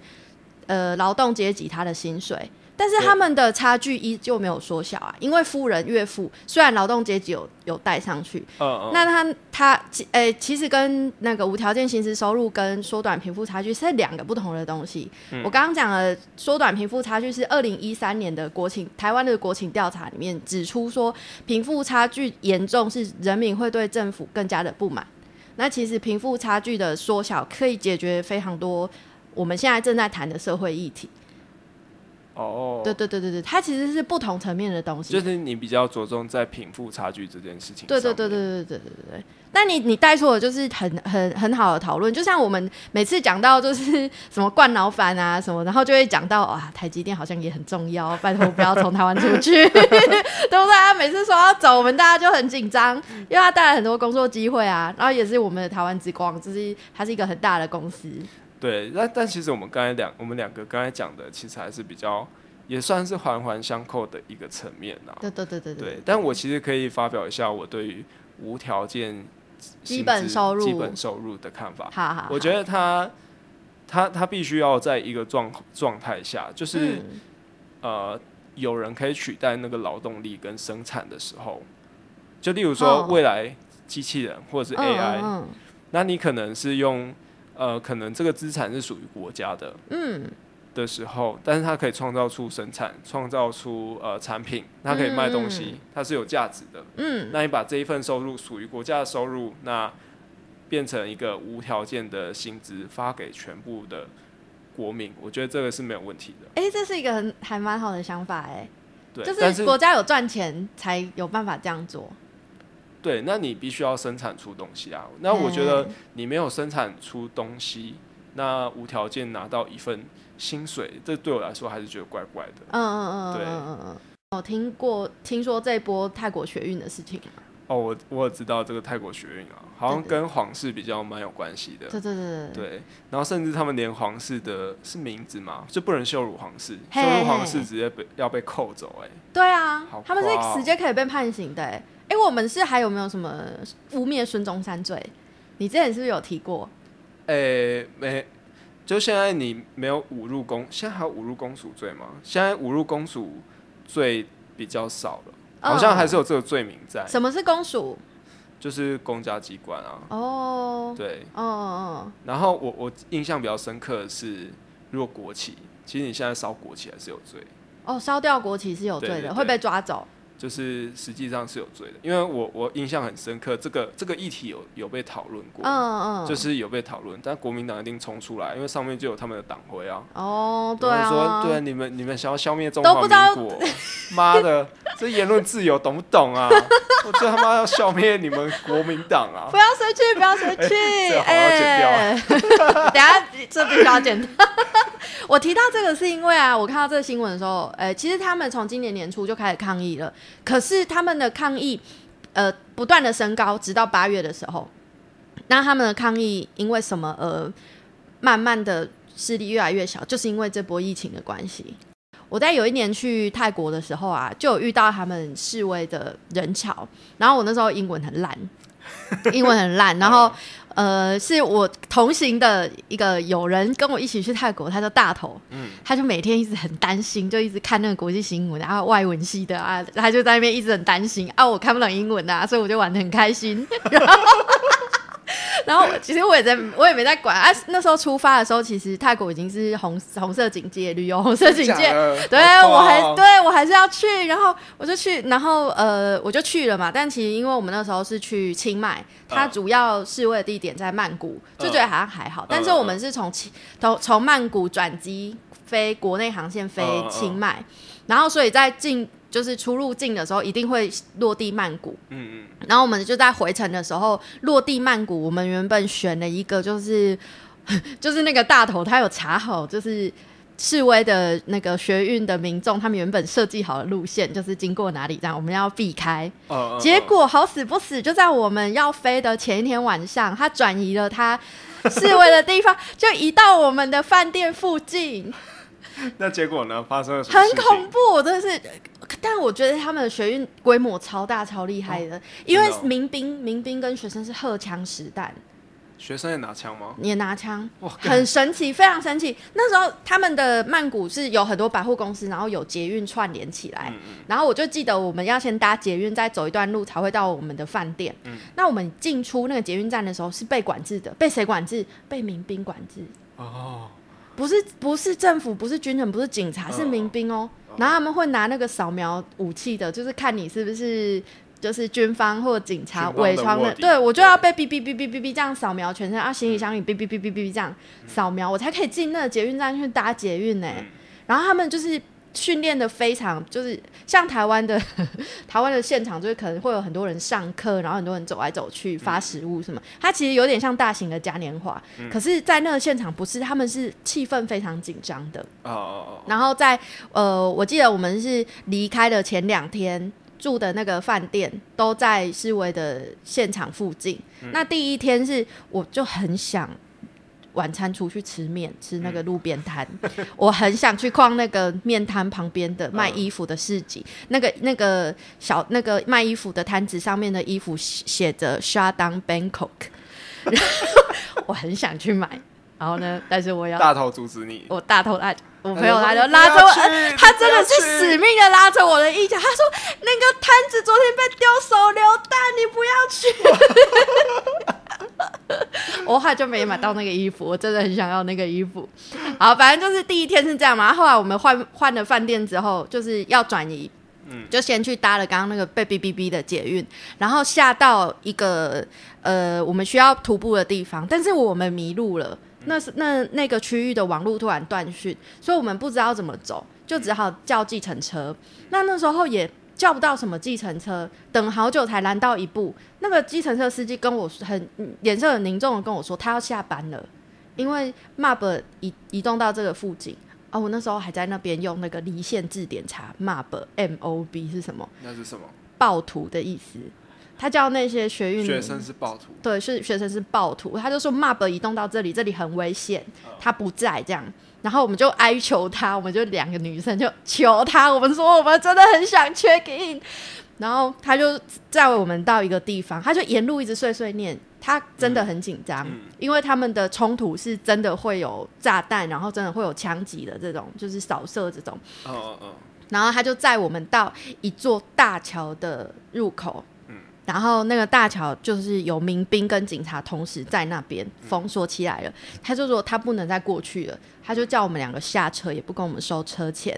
Speaker 1: 呃劳动阶级他的薪水。但是
Speaker 2: 对
Speaker 1: 他们的差距依旧没有缩小啊，因为富人越富，虽然劳动阶级有有带上去，
Speaker 2: 嗯嗯，
Speaker 1: 那他他其诶、其实跟那个无条件薪资收入跟缩短贫富差距是两个不同的东西。
Speaker 2: 嗯
Speaker 1: 我刚刚讲的缩短贫富差距是二零一三年的国情台湾的国情调查里面指出说，贫富差距严重是人民会对政府更加的不满。那其实贫富差距的缩小可以解决非常多我们现在正在谈的社会议题。
Speaker 2: 哦，
Speaker 1: 对对对对对，它其实是不同层面的东西。
Speaker 2: 就是你比较着重在贫富差距这件事情。
Speaker 1: 对对对对。对对对对对。但你你带出的就是很很很好的讨论，就像我们每次讲到就是什么冠老板啊什么，然后就会讲到啊，台积电好像也很重要，拜托不要从台湾出 [LAUGHS] 去，对不对？他每次说要走，我们大家就很紧张，因为他带来很多工作机会啊，然后也是我们的台湾之光，就是它是一个很大的公司，
Speaker 2: 对，那但其实我们刚才两，我们两个刚才讲的，其实还是比较，也算是环环相扣的一个层面啊。
Speaker 1: 对对对对对
Speaker 2: 对，但我其实可以发表一下我对于无条件
Speaker 1: 基
Speaker 2: 薪
Speaker 1: 本
Speaker 2: 资
Speaker 1: 收入
Speaker 2: 基本收入的看法。
Speaker 1: 好好好，
Speaker 2: 我觉得他他他必须要在一个状状态下，就是、
Speaker 1: 嗯
Speaker 2: 呃，有人可以取代那个劳动力跟生产的时候，就例如说
Speaker 1: 哦
Speaker 2: 未来机器人或者是
Speaker 1: 嗯
Speaker 2: AI，、
Speaker 1: 嗯
Speaker 2: 那你可能是用呃，可能这个资产是属于国家的
Speaker 1: 嗯嗯
Speaker 2: 的时候，但是它可以创造出生产，创造出呃产品，它可以卖东西，它是有价值的。
Speaker 1: 嗯
Speaker 2: 那你把这一份收入属于国家的收入，那变成一个无条件的薪资发给全部的国民，我觉得这个是没有问题的。
Speaker 1: 哎、这是一个很还蛮好的想法哎、
Speaker 2: 对，
Speaker 1: 就
Speaker 2: 但
Speaker 1: 是
Speaker 2: 是
Speaker 1: 国家有赚钱才有办法这样做。
Speaker 2: 对，那你必须要生产出东西啊。那我觉
Speaker 1: 嗯
Speaker 2: 得你没有生产出东西，那无条件拿到一份薪水，这对我来说还是觉得怪怪的。
Speaker 1: 嗯嗯嗯
Speaker 2: 对
Speaker 1: 嗯嗯嗯嗯。有听过听说这波泰国学运的事情啊吗？
Speaker 2: 哦，我我也知道这个泰国学运啊，好像
Speaker 1: 对对
Speaker 2: 跟皇室比较蛮有关系的。
Speaker 1: 对对对对。
Speaker 2: 对，然后甚至他们连皇室的是名字嘛，就不能羞辱皇室，
Speaker 1: 嘿
Speaker 2: 羞辱
Speaker 1: 嘿
Speaker 2: 皇室直接被要被扣走、哎，
Speaker 1: 对啊
Speaker 2: 好，
Speaker 1: 他们是
Speaker 2: 夸哦
Speaker 1: 直接可以被判刑的、欸。哎、我们是还有没有什么污蔑孙中山罪？你之前是不是有提过？
Speaker 2: 哎、没，就现在你没有侮辱公，现在还有侮辱公署罪吗？现在侮辱公署罪比较少了，好像还是有这个罪名在，
Speaker 1: 哦什么是公署？
Speaker 2: 就是公家机关啊，
Speaker 1: 哦，
Speaker 2: 对。
Speaker 1: 哦哦
Speaker 2: 然后我我印象比较深刻的是，如果国旗，其实你现在烧国旗还是有罪，
Speaker 1: 哦，哦，烧掉国旗是有罪的，
Speaker 2: 对对对
Speaker 1: 会被抓走。
Speaker 2: 就是实际上是有罪的，因为我我印象很深刻，这个这个议题有有被讨论过，
Speaker 1: 嗯嗯，
Speaker 2: 就是有被讨论，但国民党一定冲出来，因为上面就有他们的党徽啊。
Speaker 1: 哦，对
Speaker 2: 他们
Speaker 1: 啊，
Speaker 2: 说对啊，你们你们想要消灭中
Speaker 1: 都
Speaker 2: 华
Speaker 1: 不知道
Speaker 2: 民国，妈的，这言论自由懂不懂啊？ [LAUGHS] 我这他妈要消灭你们国民党啊
Speaker 1: [LAUGHS] 不！要生气，不要生气，
Speaker 2: 哎
Speaker 1: 哎、 [LAUGHS] 等下这必须要剪掉。 [LAUGHS] 我提到这个是因为啊，我看到这个新闻的时候，呃，其实他们从今年年初就开始抗议了，可是他们的抗议呃不断的升高，直到八月的时候，那他们的抗议因为什么而慢慢的势力越来越小，就是因为这波疫情的关系。我在有一年去泰国的时候啊，就有遇到他们示威的人潮，然后我那时候英文
Speaker 2: [LAUGHS]
Speaker 1: 很烂，英文很烂，然
Speaker 2: 哦
Speaker 1: 后呃，是我同行的一个友人跟我一起去泰国，他叫大头，
Speaker 2: 嗯
Speaker 1: 他就每天一直很担心，就一直看那个国际新闻啊，外文系的啊，他就在那边一直很担心啊，我看不懂英文啊，所以我就玩的很开
Speaker 2: [LAUGHS]
Speaker 1: 心。然后然后我其实我也在，我也没在管啊。那时候出发的时候，其实泰国已经是红红色警戒，旅游红色警戒
Speaker 2: 假，的
Speaker 1: 对
Speaker 2: 好棒
Speaker 1: 我还
Speaker 2: 哦
Speaker 1: 对我还是要去，然后我就去，然后呃我就去了嘛。但其实因为我们那时候是去清迈，它
Speaker 2: 嗯
Speaker 1: 主要示威的地点在曼谷，就觉得好像还好。但是
Speaker 2: 嗯嗯
Speaker 1: 我们是从清从从曼谷转机飞国内航线飞
Speaker 2: 嗯嗯嗯
Speaker 1: 清迈，然后所以在进就是出入境的时候一定会落地曼谷。
Speaker 2: 嗯嗯，
Speaker 1: 然后我们就在回程的时候落地曼谷，我们原本选了一个就是 [LAUGHS] 就是那个大头，他有查好就是。示威的那个学运的民众，他们原本设计好的路线就是经过哪里，这样我们要避开。
Speaker 2: 呃呃
Speaker 1: 结果好死不死，就在我们要飞的前一天晚上，他转移了他 [LAUGHS] 示威的地方，就移到我们的饭店附近。
Speaker 2: 呃那结果呢？发生了什么
Speaker 1: 很
Speaker 2: 事情？
Speaker 1: 恐怖，我真的是。但我觉得他们的学运规模超大、超厉害的，因为
Speaker 2: 真的哦
Speaker 1: 民兵、民兵跟学生是荷枪实弹，
Speaker 2: 学生也拿枪吗？
Speaker 1: 也拿枪，
Speaker 2: 哇，
Speaker 1: 很神奇，非常神奇。那时候他们的曼谷是有很多百货公司，然后有捷运串联起
Speaker 2: 嗯
Speaker 1: 来。然后我就记得我们要先搭捷运，再走一段路才会到我们的饭店。
Speaker 2: 嗯
Speaker 1: 那我们进出那个捷运站的时候是被管制的，被谁管制？被民兵管制。
Speaker 2: 哦，
Speaker 1: 不是不是政府，不是军人，不是警察，
Speaker 2: 嗯
Speaker 1: 是民兵哦。
Speaker 2: 嗯
Speaker 1: 然后他们会拿那个扫描武器的，就是看你是不是就是军方或警察
Speaker 2: 军方的
Speaker 1: 伪装
Speaker 2: 卧
Speaker 1: 的。
Speaker 2: 底嗯
Speaker 1: 对我就要被哔哔哔哔哔哔这样扫描全身，啊，行李箱里哔哔哔哔哔这样扫描，我才可以进那个捷运站去搭捷运呢、
Speaker 2: 嗯
Speaker 1: 然后他们就是。训练的非常，就是像台湾的 [LAUGHS] 台湾的现场，就是可能会有很多人上课，然后很多人走来走去
Speaker 2: 嗯
Speaker 1: 发食物什么。它其实有点像大型的嘉年华，可是，在那个现场不是，他们是气氛非常紧张的。
Speaker 2: 哦哦哦，
Speaker 1: 然后在呃，我记得我们是离开的前两天住的那个饭店都在示威的现场附近。那第一天是我就很想。晚餐出去吃面，吃那个路边摊， [LAUGHS] 我很想去逛那个面摊旁边的卖衣服的市集。那个那个小那个卖衣服的摊子上面的衣服写写着 “Shut down Bangkok”，然后 [LAUGHS] 我很想去买。然后呢，但是我要
Speaker 2: 大头阻止你，
Speaker 1: 我大头他，我朋友他
Speaker 2: 他说
Speaker 1: 就拉着我，
Speaker 2: 你不要去
Speaker 1: 呃他真的是
Speaker 2: 你不要去
Speaker 1: 死命的拉着我的衣角。他说那个摊子昨天被丢手榴弹，你不要去。我后来就没买到那个衣服，我真的很想要那个衣服。好，反正就是第一天是这样嘛。后来我们换换了饭店之后，就是要转移，
Speaker 2: 嗯
Speaker 1: 就先去搭了刚刚那个被哔哔哔的捷运，然后下到一个呃我们需要徒步的地方，但是我们迷路了。
Speaker 2: 嗯
Speaker 1: 那是那那个区域的网络突然断讯，所以我们不知道怎么走，就只好叫计程车。那那时候也叫不到什么计程车，等好久才拦到一部。那个计程车司机跟我很嗯脸色很凝重的跟我说，他要下班了，因为 MAP 移移动到这个附近。哦，我那时候还在那边用那个离线字典查 MAP M O B 是什么，
Speaker 2: 那是什么？
Speaker 1: 暴徒的意思。他叫那些学运
Speaker 2: 学生是暴徒，
Speaker 1: 对，是学生是暴徒，他就说 MUB 移动到这里，这里很危险，
Speaker 2: 嗯
Speaker 1: 他不在这样。然后我们就哀求他，我们就两个女生就求他，我们说我们真的很想 check in。然后他就载我们到一个地方，他就沿路一直碎碎念，他真的很紧张，
Speaker 2: 嗯
Speaker 1: 因为他们的冲突是真的会有炸弹，然后真的会有枪击的这种，就是扫射这种。
Speaker 2: 哦哦哦，
Speaker 1: 然后他就载我们到一座大桥的入口，
Speaker 2: 嗯
Speaker 1: 然后那个大桥就是有民兵跟警察同时在那边封锁起来了。他就说他不能再过去了，他就叫我们两个下车，也不跟我们收车钱。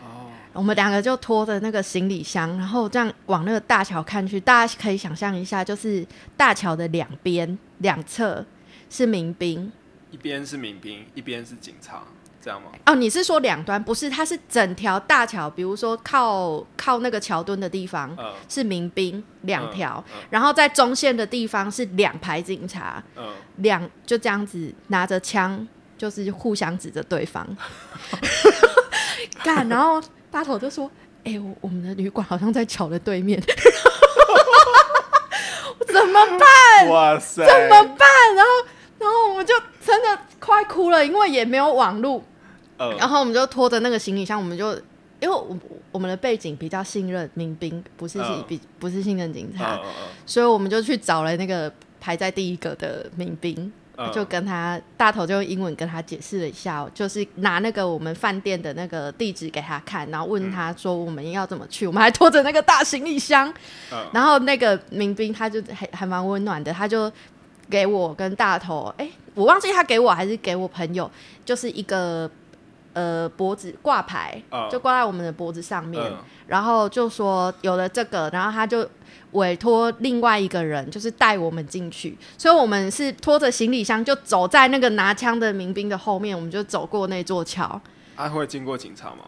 Speaker 2: 哦，
Speaker 1: 我们两个就拖着那个行李箱，然后这样往那个大桥看去。大家可以想象一下，就是大桥的两边两侧是民兵，
Speaker 2: 一边是民兵，一边是警察，这样吗？
Speaker 1: 哦，你是说两端？不是，它是整条大桥，比如说靠靠那个桥墩的地方
Speaker 2: 嗯
Speaker 1: 是民兵两条，
Speaker 2: 嗯
Speaker 1: 然后在中线的地方是两排警察，
Speaker 2: 嗯，
Speaker 1: 两就这样子拿着枪，就是互相指着对
Speaker 2: [LAUGHS]
Speaker 1: 方干。然后八头就说：“哎、我我们的旅馆好像在桥的对面， [LAUGHS] 我怎么办？”
Speaker 2: 哎哇塞，
Speaker 1: 怎哎么办？然后，然后我们就真的快哭了，因为也没有网路。
Speaker 2: 嗯
Speaker 1: 然后我们就拖着那个行李箱，我们就因为我我们的背景比较信任民兵，不是
Speaker 2: 嗯
Speaker 1: 比、不是信任警察，
Speaker 2: 嗯嗯
Speaker 1: 所以我们就去找了那个排在第一个的民兵。
Speaker 2: 嗯
Speaker 1: 就跟他大头就用英文跟他解释了一下哦、就是拿那个我们饭店的那个地址给他看，然后问他说我们要怎么去，我们还拖着那个大行李箱，
Speaker 2: 嗯
Speaker 1: 然后那个民兵他就还还蛮温暖的，他就给我跟大头，哎、我忘记他给我还是给我朋友，就是一个呃脖子挂牌
Speaker 2: 嗯，
Speaker 1: 就挂在我们的脖子上面，
Speaker 2: 嗯
Speaker 1: 然后就说有了这个，然后他就委托另外一个人，就是带我们进去，所以我们是拖着行李箱就走在那个拿枪的民兵的后面，我们就走过那座桥，
Speaker 2: 啊会经过警察吗？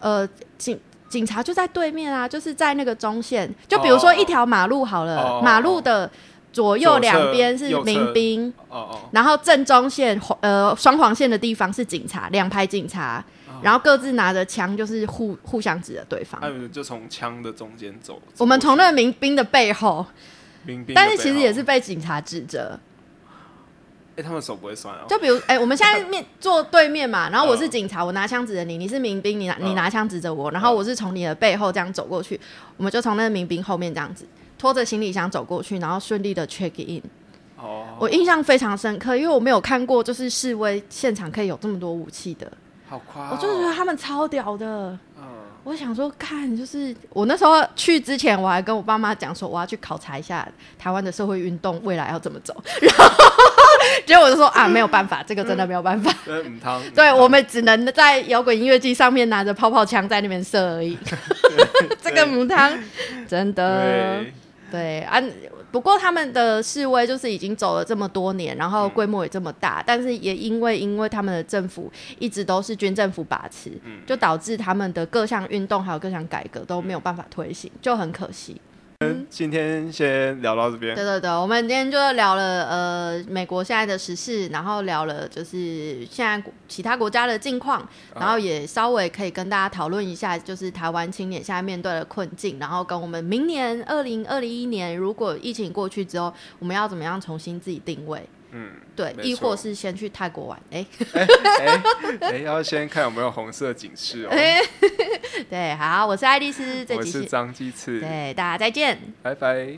Speaker 1: 呃，警警察就在对面啊，就是在那个中线，就比如说一条马路好了，
Speaker 2: 哦
Speaker 1: 马路的左右两边是
Speaker 2: 左侧右侧
Speaker 1: 民兵，
Speaker 2: 哦
Speaker 1: 然后正中线黄呃双黄线的地方是警察，两排警察，然后各自拿着枪，就是互互相指着对
Speaker 2: 哦，
Speaker 1: 方。
Speaker 2: 他们就从枪的中间走。
Speaker 1: 我们从那个民兵的背后，
Speaker 2: 民兵的背后，
Speaker 1: 但是其实也是被警察指着。
Speaker 2: 哎，他们手不会酸哦。
Speaker 1: 就比如，哎、我们现在面坐对面嘛，然后我
Speaker 2: 嗯
Speaker 1: 是警察，我拿枪指着你，你是民兵，你拿你
Speaker 2: 嗯
Speaker 1: 拿枪指着我，然后我是从你的背后这样走过去，我们就从那个民兵后面这样子拖着行李箱走过去，然后顺利的 check in。
Speaker 2: 哦，
Speaker 1: 我印象非常深刻，因为我没有看过就是示威现场可以有这么多武器的，
Speaker 2: 好夸哦，
Speaker 1: 我就是觉得他们超屌的。
Speaker 2: 嗯
Speaker 1: 我想说，看，就是我那时候去之前，我还跟我爸妈讲说，我要去考察一下台湾的社会运动未来要怎么走，然后 [LAUGHS] 结果我就说啊，没有办法，这个真的没有办法。
Speaker 2: 呃，母汤，嗯
Speaker 1: 对
Speaker 2: 汤
Speaker 1: 我们只能在摇滚音乐季上面拿着泡泡枪在那边射而已。这个母汤真的
Speaker 2: 对
Speaker 1: 对啊，不过他们的示威就是已经走了这么多年，然后规模也这么大，但是也因为因为他们的政府一直都是军政府把持，就导致他们的各项运动还有各项改革都没有办法推行，就很可惜。
Speaker 2: 今天先聊到这边
Speaker 1: 对，对对，我们今天就聊了呃美国现在的时事，然后聊了就是现在国其他国家的近况，然
Speaker 2: 啊
Speaker 1: 后也稍微可以跟大家讨论一下，就是台湾青年现在面对的困境，然后跟我们明年二零二零一年如果疫情过去之后，我们要怎么样重新自己定位？
Speaker 2: 嗯，
Speaker 1: 对，
Speaker 2: 没
Speaker 1: 亦
Speaker 2: 错
Speaker 1: 或是先去泰国玩？哎、
Speaker 2: 哎哎，要先看有没有红色警示
Speaker 1: [LAUGHS]
Speaker 2: 哦。
Speaker 1: [LAUGHS] 对，好，我是爱丽丝，这
Speaker 2: 我
Speaker 1: 集
Speaker 2: 是
Speaker 1: 是，
Speaker 2: 张鸡翅，
Speaker 1: 对，大家再见。
Speaker 2: 拜拜。